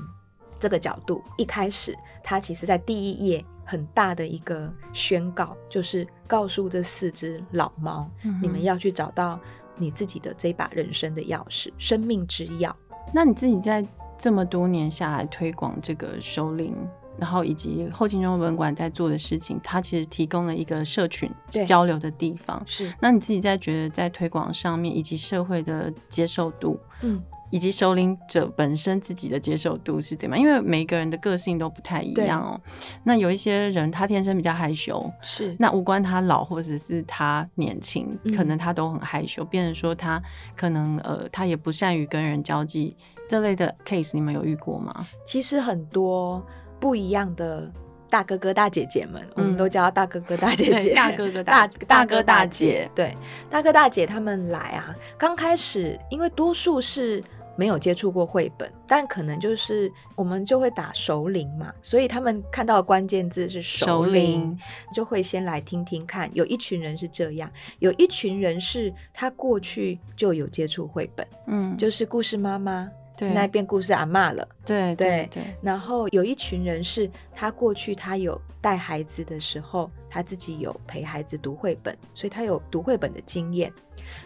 Speaker 2: 这个角度，一开始他其实在第一页很大的一个宣告，就是告诉这四只老猫，你们
Speaker 1: 要。
Speaker 2: 要去找到你自己的这把人生的钥匙，生命之钥。
Speaker 1: 那你自己在这么多年下来推广这个首领，然后以及后进中文馆在做的事情，它其实提供了一个社群
Speaker 2: 对
Speaker 1: 交流的地方。
Speaker 2: 是，
Speaker 1: 那你自己在觉得在推广上面，以及社会的接受度，
Speaker 2: 嗯，
Speaker 1: 以及首领者本身自己的接受度是怎么样？因为每个人的个性都不太一样哦。那有一些人他天生比较害羞，
Speaker 2: 是，
Speaker 1: 那无关他老或者是他年轻
Speaker 2: 嗯，
Speaker 1: 可能他都很害羞，变成说他可能呃他也不善于跟人交际这类的 case，你们有遇过吗？
Speaker 2: 其实很多不一样的大哥哥大姐姐们，我们都叫他大哥哥大姐
Speaker 1: 嗯对
Speaker 2: 姐，
Speaker 1: 大哥哥大
Speaker 2: 大
Speaker 1: 大哥大姐，
Speaker 2: 对，大哥大姐他们来啊，刚开始因为多数是。没有接触过绘本，但可能就是我们就会打熟龄嘛，所以他们看到的关键字是熟龄，就会先来听听看。有一群人是这样，有一群人是他过去就有接触绘本，
Speaker 1: 嗯，
Speaker 2: 就是故事妈妈，
Speaker 1: 对
Speaker 2: 现在变故事阿嬷了。
Speaker 1: 对
Speaker 2: 对
Speaker 1: 对对，
Speaker 2: 然后有一群人是他过去他有带孩子的时候，他自己有陪孩子读绘本，所以他有读绘本的经验。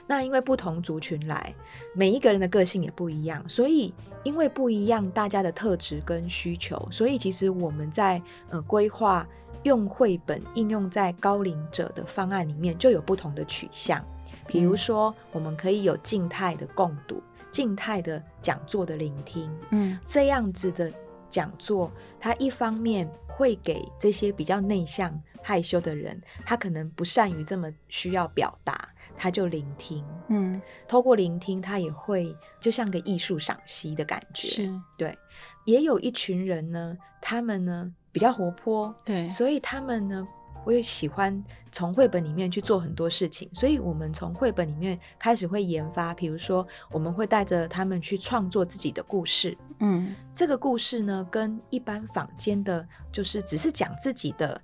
Speaker 2: 那因为不同族群来，每一个人的个性也不一样，所以因为不一样，大家的特质跟需求，所以其实我们在呃规划用绘本应用在高龄者的方案里面，就有不同的取向。比如说，我们可以有静态的共读、静态的讲座的聆听，
Speaker 1: 嗯
Speaker 2: 这样子的讲座，它一方面会给这些比较内向、害羞的人，他可能不善于这么需要表达，他就聆听。
Speaker 1: 嗯
Speaker 2: 透过聆听，他也会就像个艺术赏析的感觉。
Speaker 1: 是，
Speaker 2: 对。也有一群人呢，他们呢比较活泼，
Speaker 1: 对
Speaker 2: 所以他们呢我也喜欢从绘本里面去做很多事情，所以我们从绘本里面开始会研发，比如说我们会带着他们去创作自己的故事。
Speaker 1: 嗯
Speaker 2: 这个故事呢，跟一般坊间的，就是只是讲自己的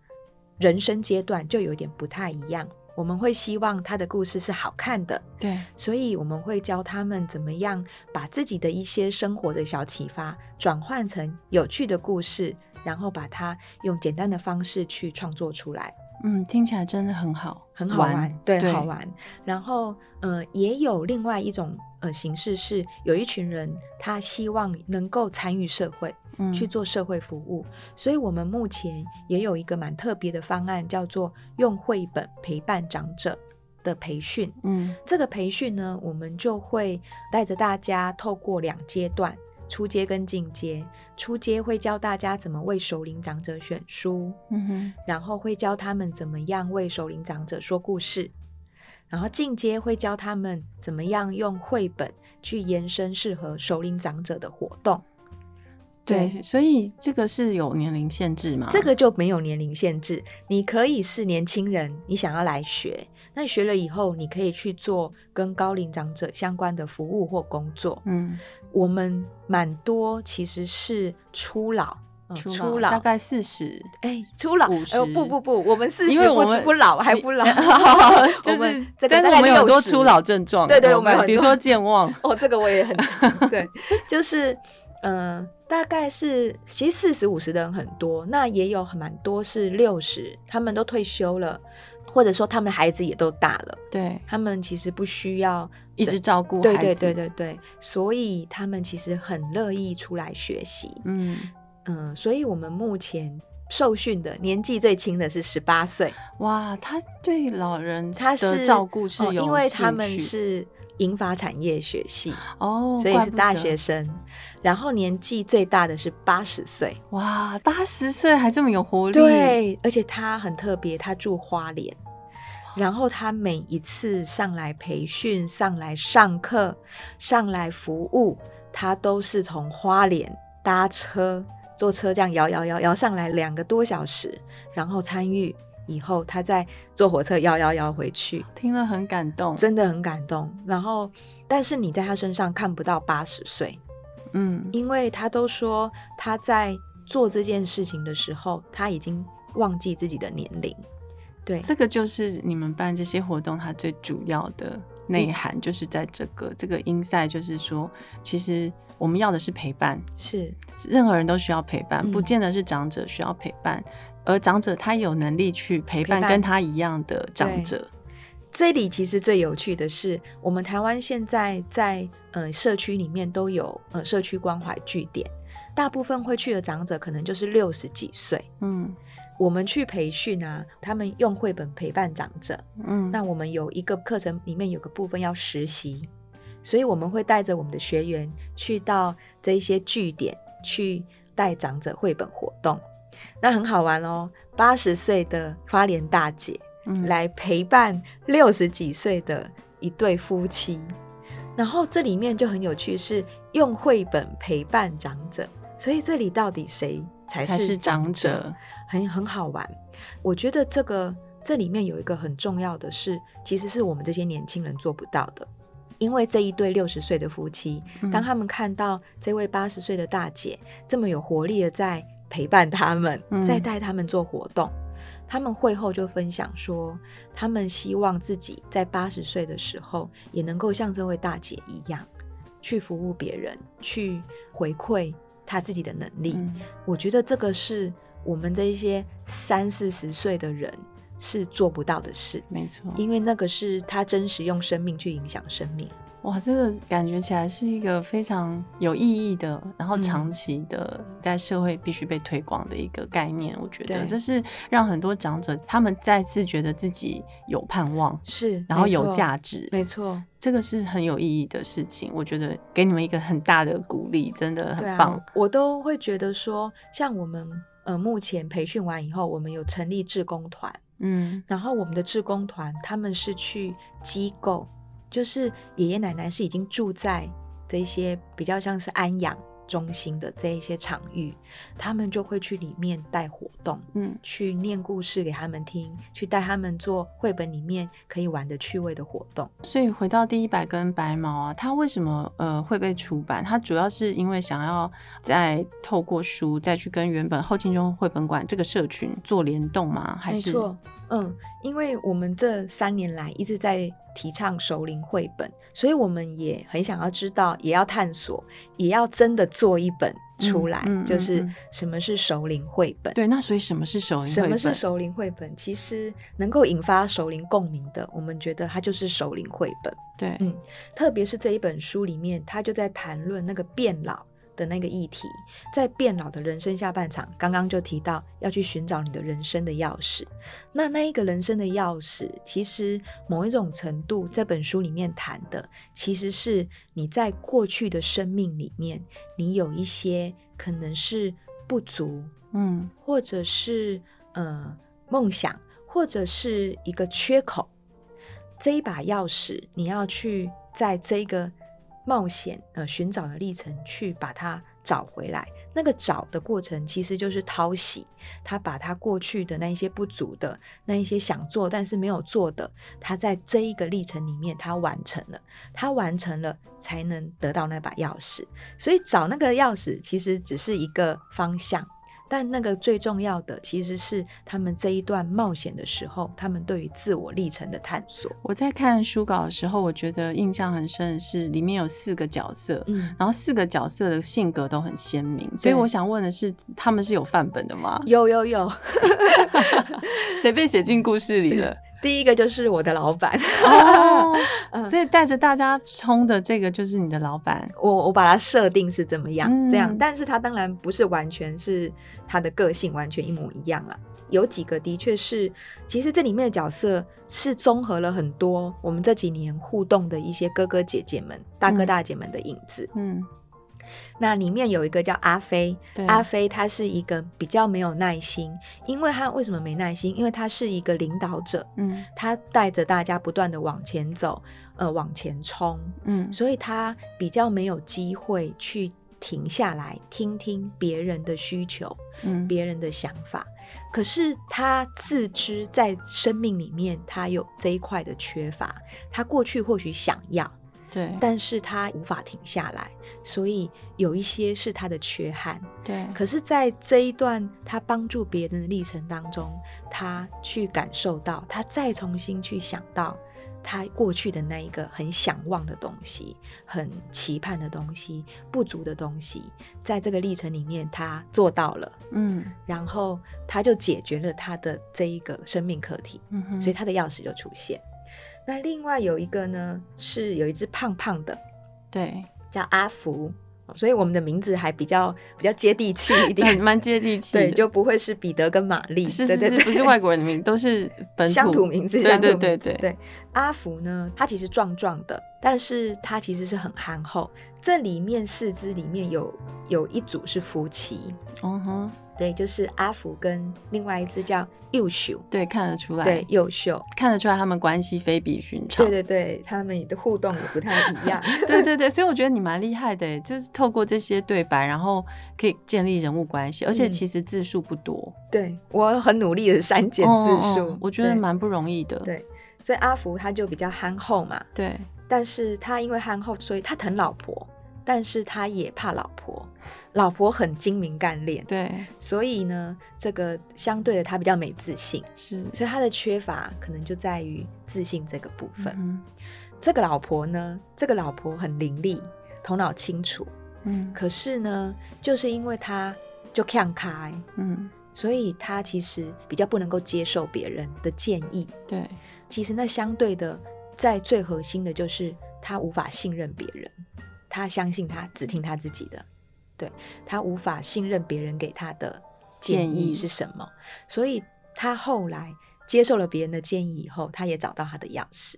Speaker 2: 人生阶段，就有点不太一样。我们会希望他的故事是好看的，
Speaker 1: 对，
Speaker 2: 所以我们会教他们怎么样把自己的一些生活的小启发转换成有趣的故事，然后把它用简单的方式去创作出来，
Speaker 1: 嗯，听起来真的很好，
Speaker 2: 很好玩，对，
Speaker 1: 对
Speaker 2: 好玩。然后，呃，也有另外一种呃形式是，有一群人他希望能够参与社会，
Speaker 1: 嗯
Speaker 2: 去做社会服务，所以我们目前也有一个蛮特别的方案，叫做用绘本陪伴长者的培训。
Speaker 1: 嗯
Speaker 2: 这个培训呢，我们就会带着大家透过两阶段，初阶跟进阶。初阶会教大家怎么为首领长者选书，
Speaker 1: 嗯哼
Speaker 2: 然后会教他们怎么样为首领长者说故事，然后进阶会教他们怎么样用绘本去延伸适合首领长者的活动。
Speaker 1: 对，所以这个是有年龄限制嘛？
Speaker 2: 这个就没有年龄限制，你可以是年轻人，你想要来学，那学了以后，你可以去做跟高龄长者相关的服务或工作。
Speaker 1: 嗯，
Speaker 2: 我们蛮多其实是初老，嗯初老
Speaker 1: 大概四十，
Speaker 2: 哎，初老，
Speaker 1: 50
Speaker 2: 呃，不不不，我们四
Speaker 1: 因
Speaker 2: 十
Speaker 1: 为
Speaker 2: 不
Speaker 1: 我们，
Speaker 2: 不老，还不老
Speaker 1: 就
Speaker 2: 我
Speaker 1: 是
Speaker 2: 们这个
Speaker 1: 但是
Speaker 2: 大概
Speaker 1: 我们有很多
Speaker 2: 60
Speaker 1: 初老症状，
Speaker 2: 对对我们有很
Speaker 1: 比如
Speaker 2: 多
Speaker 1: 说健 忘，
Speaker 2: 哦，这个我也很常对，就是嗯、呃大概是其实四十五十的人很多，那也有很蛮多是六十，他们都退休了，或者说他们的孩子也都大了，
Speaker 1: 对，
Speaker 2: 他们其实不需要
Speaker 1: 一直照顾
Speaker 2: 对
Speaker 1: 孩子，
Speaker 2: 对对，对对，所以他们其实很乐意出来学习，
Speaker 1: 嗯，
Speaker 2: 嗯、所以我们目前。受训的年纪最轻的是十八岁，
Speaker 1: 哇，他对老人
Speaker 2: 他是
Speaker 1: 的照顾是
Speaker 2: 哦
Speaker 1: 有、
Speaker 2: 因为他们是银发产业学系，
Speaker 1: 哦，
Speaker 2: 所以
Speaker 1: 怪
Speaker 2: 是
Speaker 1: 不
Speaker 2: 大
Speaker 1: 得
Speaker 2: 学生，然后年纪最大的是八十岁，
Speaker 1: 哇，八十岁还这么有活力，，
Speaker 2: 对，而且他很特别，他住花莲，然后他每一次上来培训、上来上课、上来服务，他都是从花莲搭车坐车这样摇摇摇摇上来两个多小时，然后参与以后，他再坐火车摇摇摇回去，
Speaker 1: 听了很感动，
Speaker 2: 真的很感动。然后，但是你在他身上看不到八十岁，
Speaker 1: 嗯
Speaker 2: 因为他都说他在做这件事情的时候，他已经忘记自己的年龄。对，
Speaker 1: 这个就是你们办这些活动，它最主要的
Speaker 2: 嗯
Speaker 1: 内涵就是在这个这个音赛，就是说，其实我们要的是陪伴，
Speaker 2: 是
Speaker 1: 任何人都需要陪伴，
Speaker 2: 嗯
Speaker 1: 不见得是长者需要陪伴，而长者他有能力去陪伴
Speaker 2: 陪伴
Speaker 1: 跟他一样的长
Speaker 2: 对
Speaker 1: 者，
Speaker 2: 这里其实最有趣的是，我们台湾现在在呃社区里面都有呃社区关怀据点，大部分会去的长者可能就是六十几岁。
Speaker 1: 嗯
Speaker 2: 我们去培训啊，他们用绘本陪伴长者，
Speaker 1: 嗯，
Speaker 2: 那我们有一个课程里面有个部分要实习，所以我们会带着我们的学员去到这一些据点去带长者绘本活动，那很好玩哦。八十岁的花莲大姐
Speaker 1: 嗯
Speaker 2: 来陪伴六十几岁的一对夫妻，然后这里面就很有趣，是用绘本陪伴长者，所以这里到底谁才
Speaker 1: 才
Speaker 2: 是
Speaker 1: 是长
Speaker 2: 者
Speaker 1: 者，
Speaker 2: 很很好玩。我觉得这个这里面有一个很重要的是，其实是我们这些年轻人做不到的。因为这一对六十岁的夫妻，
Speaker 1: 嗯
Speaker 2: 当他们看到这位八十岁的大姐这么有活力的在陪伴他们
Speaker 1: 嗯，
Speaker 2: 在带他们做活动，他们会后就分享说，他们希望自己在八十岁的时候也能够像这位大姐一样，去服务别人，去回馈他自己的能力。
Speaker 1: 嗯
Speaker 2: 我觉得这个是我们这一些三四十岁的人是做不到的事，
Speaker 1: 没错，
Speaker 2: 因为那个是他真实用生命去影响生命。
Speaker 1: 哇，这个感觉起来是一个非常有意义的，然后
Speaker 2: 嗯
Speaker 1: 长期的在社会必须被推广的一个概念。我觉得
Speaker 2: 对
Speaker 1: 这是让很多长者他们再次觉得自己有盼望，
Speaker 2: 是，
Speaker 1: 然后
Speaker 2: 没错
Speaker 1: 有价，值，
Speaker 2: 没错，
Speaker 1: 这个是很有意义的事情。我觉得给你们一个很大的鼓励，真的
Speaker 2: 对
Speaker 1: 很棒。
Speaker 2: 啊，我都会觉得说，像我们呃目前培训完以后，我们有成立志工团，
Speaker 1: 嗯
Speaker 2: 然后我们的志工团他们是去机构，就是爷爷奶奶是已经住在这些比较像是安养中心的这一些场域，他们就会去里面带活动，
Speaker 1: 嗯
Speaker 2: 去念故事给他们听，去带他们做绘本里面可以玩的趣味的活动。
Speaker 1: 所以回到第一百根白毛啊，它为什么呃会被出版？它主要是因为想要再透过书再去跟原本后进中绘本馆这个社群做联动吗？还是，
Speaker 2: 嗯，因为我们这三年来一直在提倡熟龄绘本，所以我们也很想要知道，也要探索，也要真的做一本出来，
Speaker 1: 嗯嗯
Speaker 2: 就
Speaker 1: 嗯
Speaker 2: 是
Speaker 1: 嗯
Speaker 2: 什么是熟龄绘本。
Speaker 1: 对，那所以什么是手绘本？
Speaker 2: 什么是熟龄绘本？其实能够引发熟龄共鸣的，我们觉得它就是熟龄绘本。
Speaker 1: 对，
Speaker 2: 嗯特别是这一本书里面，他就在谈论那个变老的那个议题。在变老的人生下半场，刚刚就提到要去寻找你的人生的钥匙。那那一个人生的钥匙，其实某一种程度，这本书里面谈的，其实是你在过去的生命里面，你有一些可能是不足，
Speaker 1: 嗯
Speaker 2: 或者是呃梦想，或者是一个缺口。这一把钥匙，你要去在这个冒险呃寻找的历程去把它找回来。那个找的过程其实就是淘洗，他把他过去的那一些不足的、那一些想做但是没有做的，他在这一个历程里面他完成了，他完成了才能得到那把钥匙。所以找那个钥匙其实只是一个方向，但那个最重要的其实是他们这一段冒险的时候，他们对于自我历程的探索。
Speaker 1: 我在看书稿的时候，我觉得印象很深的是里面有四个角色。
Speaker 2: 嗯，
Speaker 1: 然后四个角色的性格都很鲜明，所以我想问的是，他们是有范本的吗？
Speaker 2: 有有有，
Speaker 1: 谁被写进故事里了？
Speaker 2: 第一个就是我的老板，
Speaker 1: 哦，
Speaker 2: 嗯
Speaker 1: 所以带着大家冲的这个就是你的老板，
Speaker 2: 我我把它设定是怎么样、
Speaker 1: 嗯
Speaker 2: 这样，但是他当然不是完全是他的个性完全一模一样啦。有几个的确是，其实这里面的角色是综合了很多我们这几年互动的一些哥哥姐姐们、大哥
Speaker 1: 嗯
Speaker 2: 大姐们的影子。
Speaker 1: 嗯，
Speaker 2: 那里面有一个叫阿飞，
Speaker 1: 对，
Speaker 2: 阿飞他是一个比较没有耐心，因为他为什么没耐心？因为他是一个领导者，
Speaker 1: 嗯
Speaker 2: 他带着大家不断的往前走，呃，往前冲，
Speaker 1: 嗯
Speaker 2: 所以他比较没有机会去停下来听听别人的需求、
Speaker 1: 嗯，
Speaker 2: 别人的想法。可是他自知在生命里面他有这一块的缺乏，他过去或许想要，
Speaker 1: 对
Speaker 2: 但是他无法停下来，所以有一些是他的缺憾。
Speaker 1: 对，
Speaker 2: 可是，在这一段他帮助别人的历程当中，他去感受到，他再重新去想到他过去的那一个很想望的东西、很期盼的东西、不足的东西，在这个历程里面，他做到了，
Speaker 1: 嗯
Speaker 2: 然后他就解决了他的这一个生命课题，
Speaker 1: 嗯哼，
Speaker 2: 所以他的钥匙就出现。那另外有一个呢，是有一只胖胖的，
Speaker 1: 对，
Speaker 2: 叫阿福，哦所以我们的名字还比较比较接地气一
Speaker 1: 蛮
Speaker 2: 点。
Speaker 1: 蛮接地气的，
Speaker 2: 对，就不会是彼得跟玛丽，
Speaker 1: 是
Speaker 2: 对
Speaker 1: 是
Speaker 2: 对
Speaker 1: 是，
Speaker 2: 对
Speaker 1: 不 是外国人的名，都是本
Speaker 2: 乡
Speaker 1: 土
Speaker 2: 土名字，
Speaker 1: 对
Speaker 2: 乡土
Speaker 1: 对
Speaker 2: 名字
Speaker 1: 对对，
Speaker 2: 对。阿福呢，他其实壮壮的，但是他其实是很憨厚。这里面四只里面有有一组是夫妻，
Speaker 1: 嗯哼，
Speaker 2: 对，就是阿福跟另外一只叫幼秀，
Speaker 1: 对，看得出来，
Speaker 2: 对，，幼秀，
Speaker 1: 看得出来他们关系非比寻常
Speaker 2: 对。对对，他们的互动也不太 一样。
Speaker 1: 对对对，所以我觉得你蛮厉害的，欸就是透过这些对白，然后可以建立人物关系，而且
Speaker 2: 嗯
Speaker 1: 其实字数不多，
Speaker 2: 对我很努力的删减字
Speaker 1: 哦哦
Speaker 2: 数，
Speaker 1: 我觉得
Speaker 2: 对。
Speaker 1: 蛮不容易的。
Speaker 2: 对所以阿福他就比较憨厚嘛，
Speaker 1: 对，
Speaker 2: 但是他因为憨厚，所以他疼老婆，但是他也怕老婆， 老婆很精明干练，
Speaker 1: 对，
Speaker 2: 所以呢，这个相对的他比较没自信，
Speaker 1: 是。
Speaker 2: 所以他的缺乏可能就在于自信这个部分。
Speaker 1: 嗯
Speaker 2: 这个老婆呢，这个老婆很伶俐，头脑清楚，
Speaker 1: 嗯
Speaker 2: 可是呢，就是因为他就看开，
Speaker 1: 嗯，
Speaker 2: 所以他其实比较不能够接受别人的建议，
Speaker 1: 对，
Speaker 2: 其实那相对的，在最核心的就是他无法信任别人，他相信他只听他自己的，对他无法信任别人给他的建
Speaker 1: 建
Speaker 2: 议
Speaker 1: 议
Speaker 2: 是什么，所以他后来接受了别人的建议以后，他也找到他的钥匙。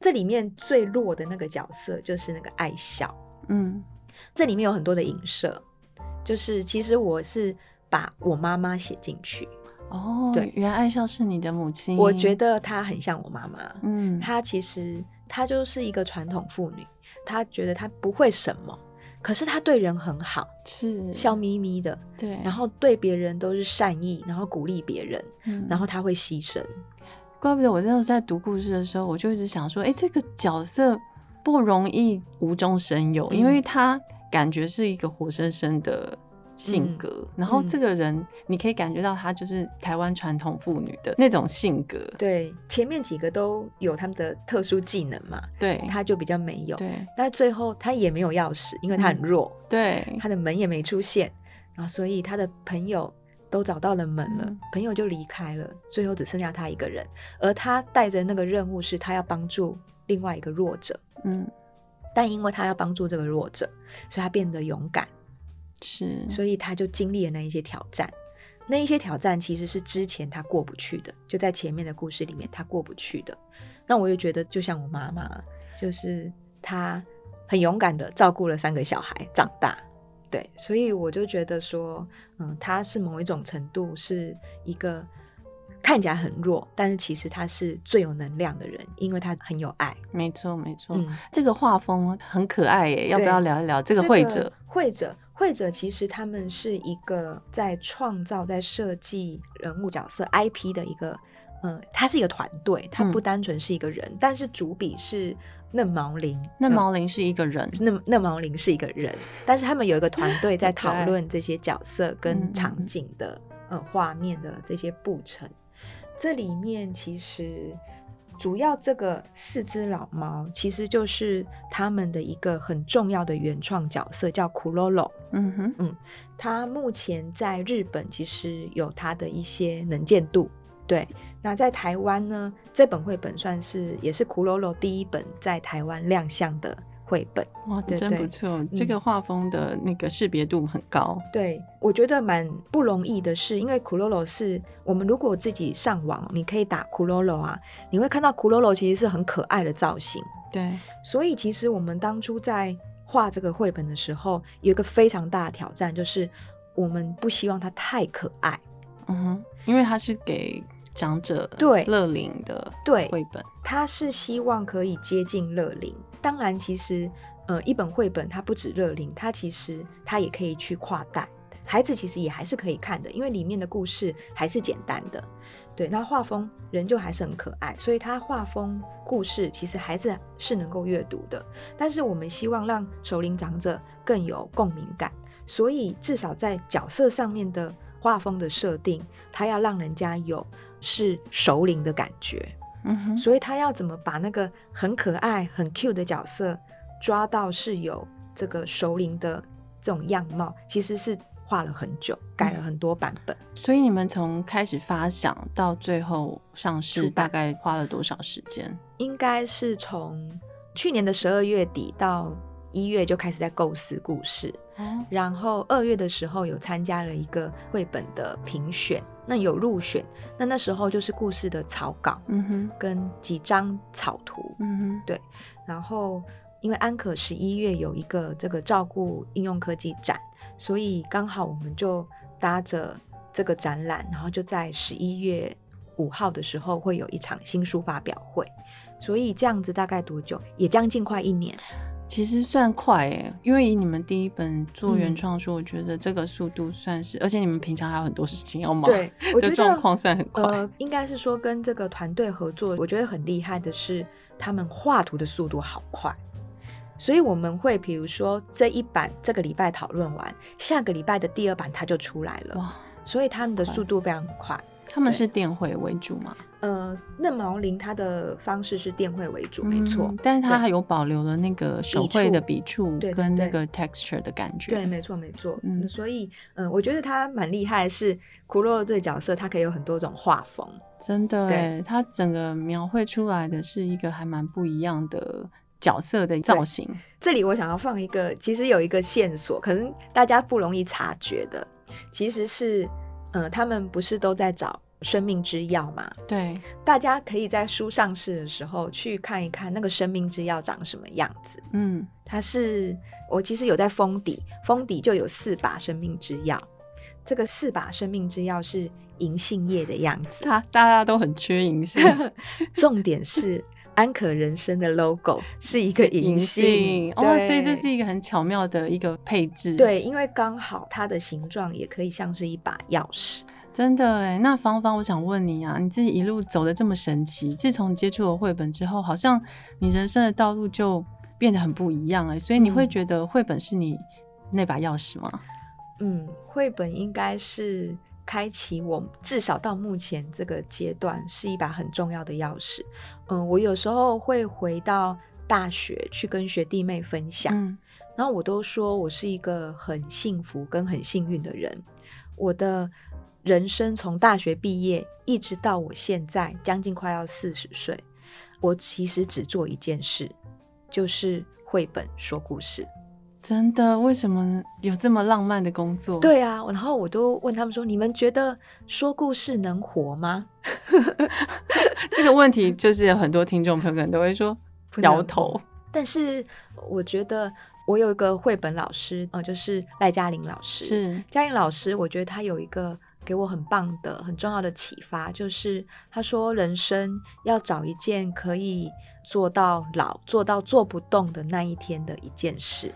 Speaker 2: 这里面最弱的那个角色就是那个爱笑，
Speaker 1: 嗯
Speaker 2: 这里面有很多的影射，就是其实我是把我妈妈写进去，
Speaker 1: 哦，
Speaker 2: 对
Speaker 1: 原来爱笑是你的母亲，
Speaker 2: 我觉，得她很像我妈妈，
Speaker 1: 嗯，
Speaker 2: 她其实她就是一个传统妇女，她觉得她不会什么，可是他对人很好，
Speaker 1: 是
Speaker 2: 笑眯眯的，
Speaker 1: 对，
Speaker 2: 然后对别人都是善意，然后鼓励别人，
Speaker 1: 嗯
Speaker 2: 然后他会牺牲。
Speaker 1: 怪不得我那时候在读故事的时候，我就一直想说，哎、这个角色不容易无中生有，
Speaker 2: 嗯
Speaker 1: 因为他感觉是一个活生生的
Speaker 2: 嗯
Speaker 1: 性格，然后这个人你可以感觉到他就是台湾传统妇女的那种性格，
Speaker 2: 对，前面几个都有他们的特殊技能嘛，
Speaker 1: 对，
Speaker 2: 他就比较没有。
Speaker 1: 对
Speaker 2: 但最后他也没有钥匙，因为他很弱，
Speaker 1: 对
Speaker 2: 他的门也没出现，然后所以他的朋友都找到了门了，
Speaker 1: 嗯
Speaker 2: 朋友就离开了，最后只剩下他一个人，而他带着那个任务是他要帮助另外一个弱者，
Speaker 1: 嗯，
Speaker 2: 但因为他要帮助这个弱者，所以他变得勇敢，
Speaker 1: 是，
Speaker 2: 所以他就经历了那一些挑战。那一些挑战其实是之前他过不去的，就在前面的故事里面他过不去的。那我也觉得，就像我妈妈，就是她很勇敢的照顾了三个小孩长大，对，所以我就觉得说，嗯，她是某一种程度是一个看起来很弱，但是其实她是最有能量的人，因为她很有爱。
Speaker 1: 没错没错，
Speaker 2: 嗯，
Speaker 1: 这个画风很可爱耶，要不要聊一聊这
Speaker 2: 这嗯
Speaker 1: 个绘者？，
Speaker 2: 会者，会者其实他们是一个在创造、在设计人物角色 IP 的一个，呃，他是一个团队，他
Speaker 1: 嗯
Speaker 2: 不单纯是一个人，但是主笔是嫩毛林，
Speaker 1: 那毛林是一个人，
Speaker 2: 嫩嫩毛林是一个人，但是他们有一个团队在
Speaker 1: 很可爱
Speaker 2: 讨论这些角色
Speaker 1: 嗯
Speaker 2: 跟
Speaker 1: 嗯
Speaker 2: 场
Speaker 1: 嗯
Speaker 2: 景的呃画面的这些布层。这里面其实主要这个四只老猫其实就是他们的一个很重要的原创角色，叫库洛洛。
Speaker 1: 嗯哼，
Speaker 2: 它目前在日本其实有它的一些能见度，对。那在台湾呢，这本绘本算是也是库洛洛第一本在台湾亮相的绘本。
Speaker 1: 哇，
Speaker 2: 对
Speaker 1: 真
Speaker 2: 对嗯
Speaker 1: 不错，这个画风的那个识别度很高，
Speaker 2: 对，我觉得蛮不容易的是，因为 Kuroro 是我们如果自己上网，你可以打 Kuroro 啊，你会看到 Kuroro 其实是很可爱的造型。
Speaker 1: 对，
Speaker 2: 所以其实我们当初在画这个绘本的时候，有一个非常大的挑战，就是我们不希望它太可爱。
Speaker 1: 嗯哼，因为它是给长者
Speaker 2: 对
Speaker 1: 乐龄的
Speaker 2: 对，
Speaker 1: 绘本，
Speaker 2: 他是希望可以接近乐龄。当然，其实呃，一本绘本它不止乐龄，它其实它也可以去跨代，孩子其实也还是可以看的，因为里面的故事还是简单的。对，那画风人就还是很可爱，所以它画风故事其实孩子是能够阅读的。但是我们希望让首领长者更有共鸣感，所以至少在角色上面的画风的设定，它要让人家有是首领的感觉。
Speaker 1: 嗯哼，
Speaker 2: 所以他要怎么把那个很可爱、很 Q 的角色抓到是有这个熟龄的这种样貌，其实是画了很久，改了很多版本。
Speaker 1: 所以你们从开始发想到最后上市，
Speaker 2: 出
Speaker 1: 大
Speaker 2: 版
Speaker 1: 概花了多少时间？
Speaker 2: 应该是从去年的十二月底到一月就开始在构思故事，
Speaker 1: 哦，
Speaker 2: 然后二月的时候有参加了一个绘本的评选，那有入选，那那时候就是故事的草稿
Speaker 1: 嗯哼，
Speaker 2: 跟几张草图，
Speaker 1: 嗯哼，
Speaker 2: 然后，因为安可十一月有一个这个照顾应用科技展，所以刚好我们就搭着这个展览，然后就在十一月五号的时候会有一场新书发表会。所以这样子大概多久？也将近快一年。
Speaker 1: 其实算快诶，因为以你们第一本做原
Speaker 2: 嗯
Speaker 1: 创书，我觉得这个速度算是，而且你们平常还有很多事情要忙，，
Speaker 2: 对，我觉
Speaker 1: 的
Speaker 2: 得
Speaker 1: 状况算很快，
Speaker 2: 呃，应该是说跟这个团队合作，我觉得很厉害的是他们画图的速度好快，所以我们会比如说这一版这个礼拜讨论完，下个礼拜的第二版它就出来了，
Speaker 1: 哇，
Speaker 2: 所以他们的
Speaker 1: 快
Speaker 2: 速度非常快。
Speaker 1: 他们
Speaker 2: 对
Speaker 1: 是电绘为主嘛？
Speaker 2: 呃，嫩毛林它的方式是电绘为主，没错
Speaker 1: 嗯，但是它
Speaker 2: 对
Speaker 1: 还有保留了那个手绘的笔触
Speaker 2: 对对
Speaker 1: 跟那
Speaker 2: 对
Speaker 1: 个 texture 的感觉，
Speaker 2: 对，没错，没错。
Speaker 1: 嗯
Speaker 2: 嗯，所以，嗯、我觉得他蛮厉害的是，库洛这个角色，他可以有很多种画风。
Speaker 1: 真的
Speaker 2: 对
Speaker 1: 诶，它整个描绘出来的是一个还蛮不一样的角色的造型。
Speaker 2: 这里我想要放一个，其实有一个线索，可能大家不容易察觉的，其实是，呃，他们不是都在找生命之药吗？
Speaker 1: 对，
Speaker 2: 大家可以在书上市的时候去看一看那个生命之药长什么样子。
Speaker 1: 嗯，
Speaker 2: 它是我其实有在封底，封底就有四把生命之药，这个四把生命之药是银杏叶的样子。
Speaker 1: 它大家都很缺银杏，
Speaker 2: 重点是安可人生的 logo 是一个 银
Speaker 1: 杏
Speaker 2: 杏
Speaker 1: 哦，
Speaker 2: 对
Speaker 1: 所以这是一个很巧妙的一个配置，，
Speaker 2: 对，因为刚好它的形状也可以像是一把钥匙。
Speaker 1: 真的哎。那芳芳，我想问你啊，你自己一路走的这么神奇，自从接触了绘本之后，好像你人生的道路就变得很不一样哎，所以你会
Speaker 2: 嗯
Speaker 1: 觉得绘本是你那把钥匙吗？
Speaker 2: 嗯，绘本应该是开启我至少到目前这个阶段是一把很重要的钥匙。嗯，我有时候会回到大学去跟学弟妹分享，
Speaker 1: 嗯
Speaker 2: 然后我都说我是一个很幸福跟很幸运的人，我的人生从大学毕业一直到我现在将近快要四十岁，我其实只做一件事，就是绘本说故事。
Speaker 1: 真的，为什么有这么浪漫的工作？，
Speaker 2: 对啊，然后我都问他们说：“你们觉得说故事能活吗
Speaker 1: 这个问题就是有很多听众朋友可能都会说
Speaker 2: 不能
Speaker 1: 摇头。？”
Speaker 2: 但是我觉得我有一个绘本老师，呃，就是赖嘉玲老师。
Speaker 1: 是，
Speaker 2: 嘉玲老师，我觉得她有一个给我很棒的、很重要的启发，就是她说人生要找一件可以做到老、做到做不动的那一天的一件事。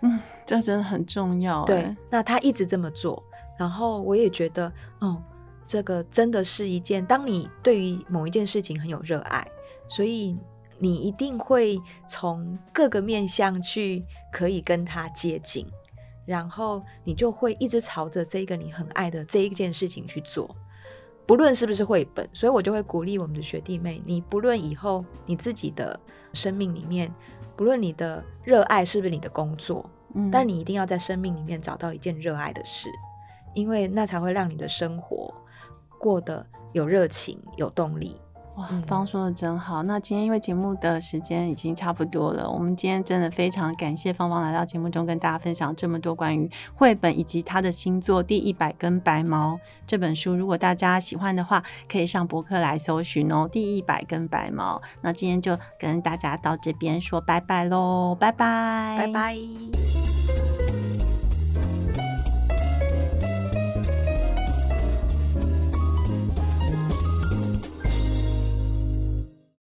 Speaker 1: 嗯，这真的很重要。
Speaker 2: 对
Speaker 1: 哎，
Speaker 2: 那他一直这么做，然后我也觉得，哦，这个真的是一件，当你对于某一件事情很有热爱，所以你一定会从各个面向去可以跟他接近，然后你就会一直朝着这个你很爱的这一件事情去做。不论是不是绘本，所以我就会鼓励我们的学弟妹，你不论以后你自己的生命里面，不论你的热爱是不是你的工作，
Speaker 1: 嗯
Speaker 2: 但你一定要在生命里面找到一件热爱的事，因为那才会让你的生活过得有热情、有动力。
Speaker 1: 哇
Speaker 2: 嗯，
Speaker 1: 方说的真好。那今天因为节目的时间已经差不多了，我们今天真的非常感谢芳芳来到节目中跟大家分享这么多关于绘本以及她的新作《第一百根白毛》这本书。如果大家喜欢的话，可以上博客来搜寻哦，《第一百根白毛》。那今天就跟大家到这边说拜拜喽，拜拜，
Speaker 2: 拜拜。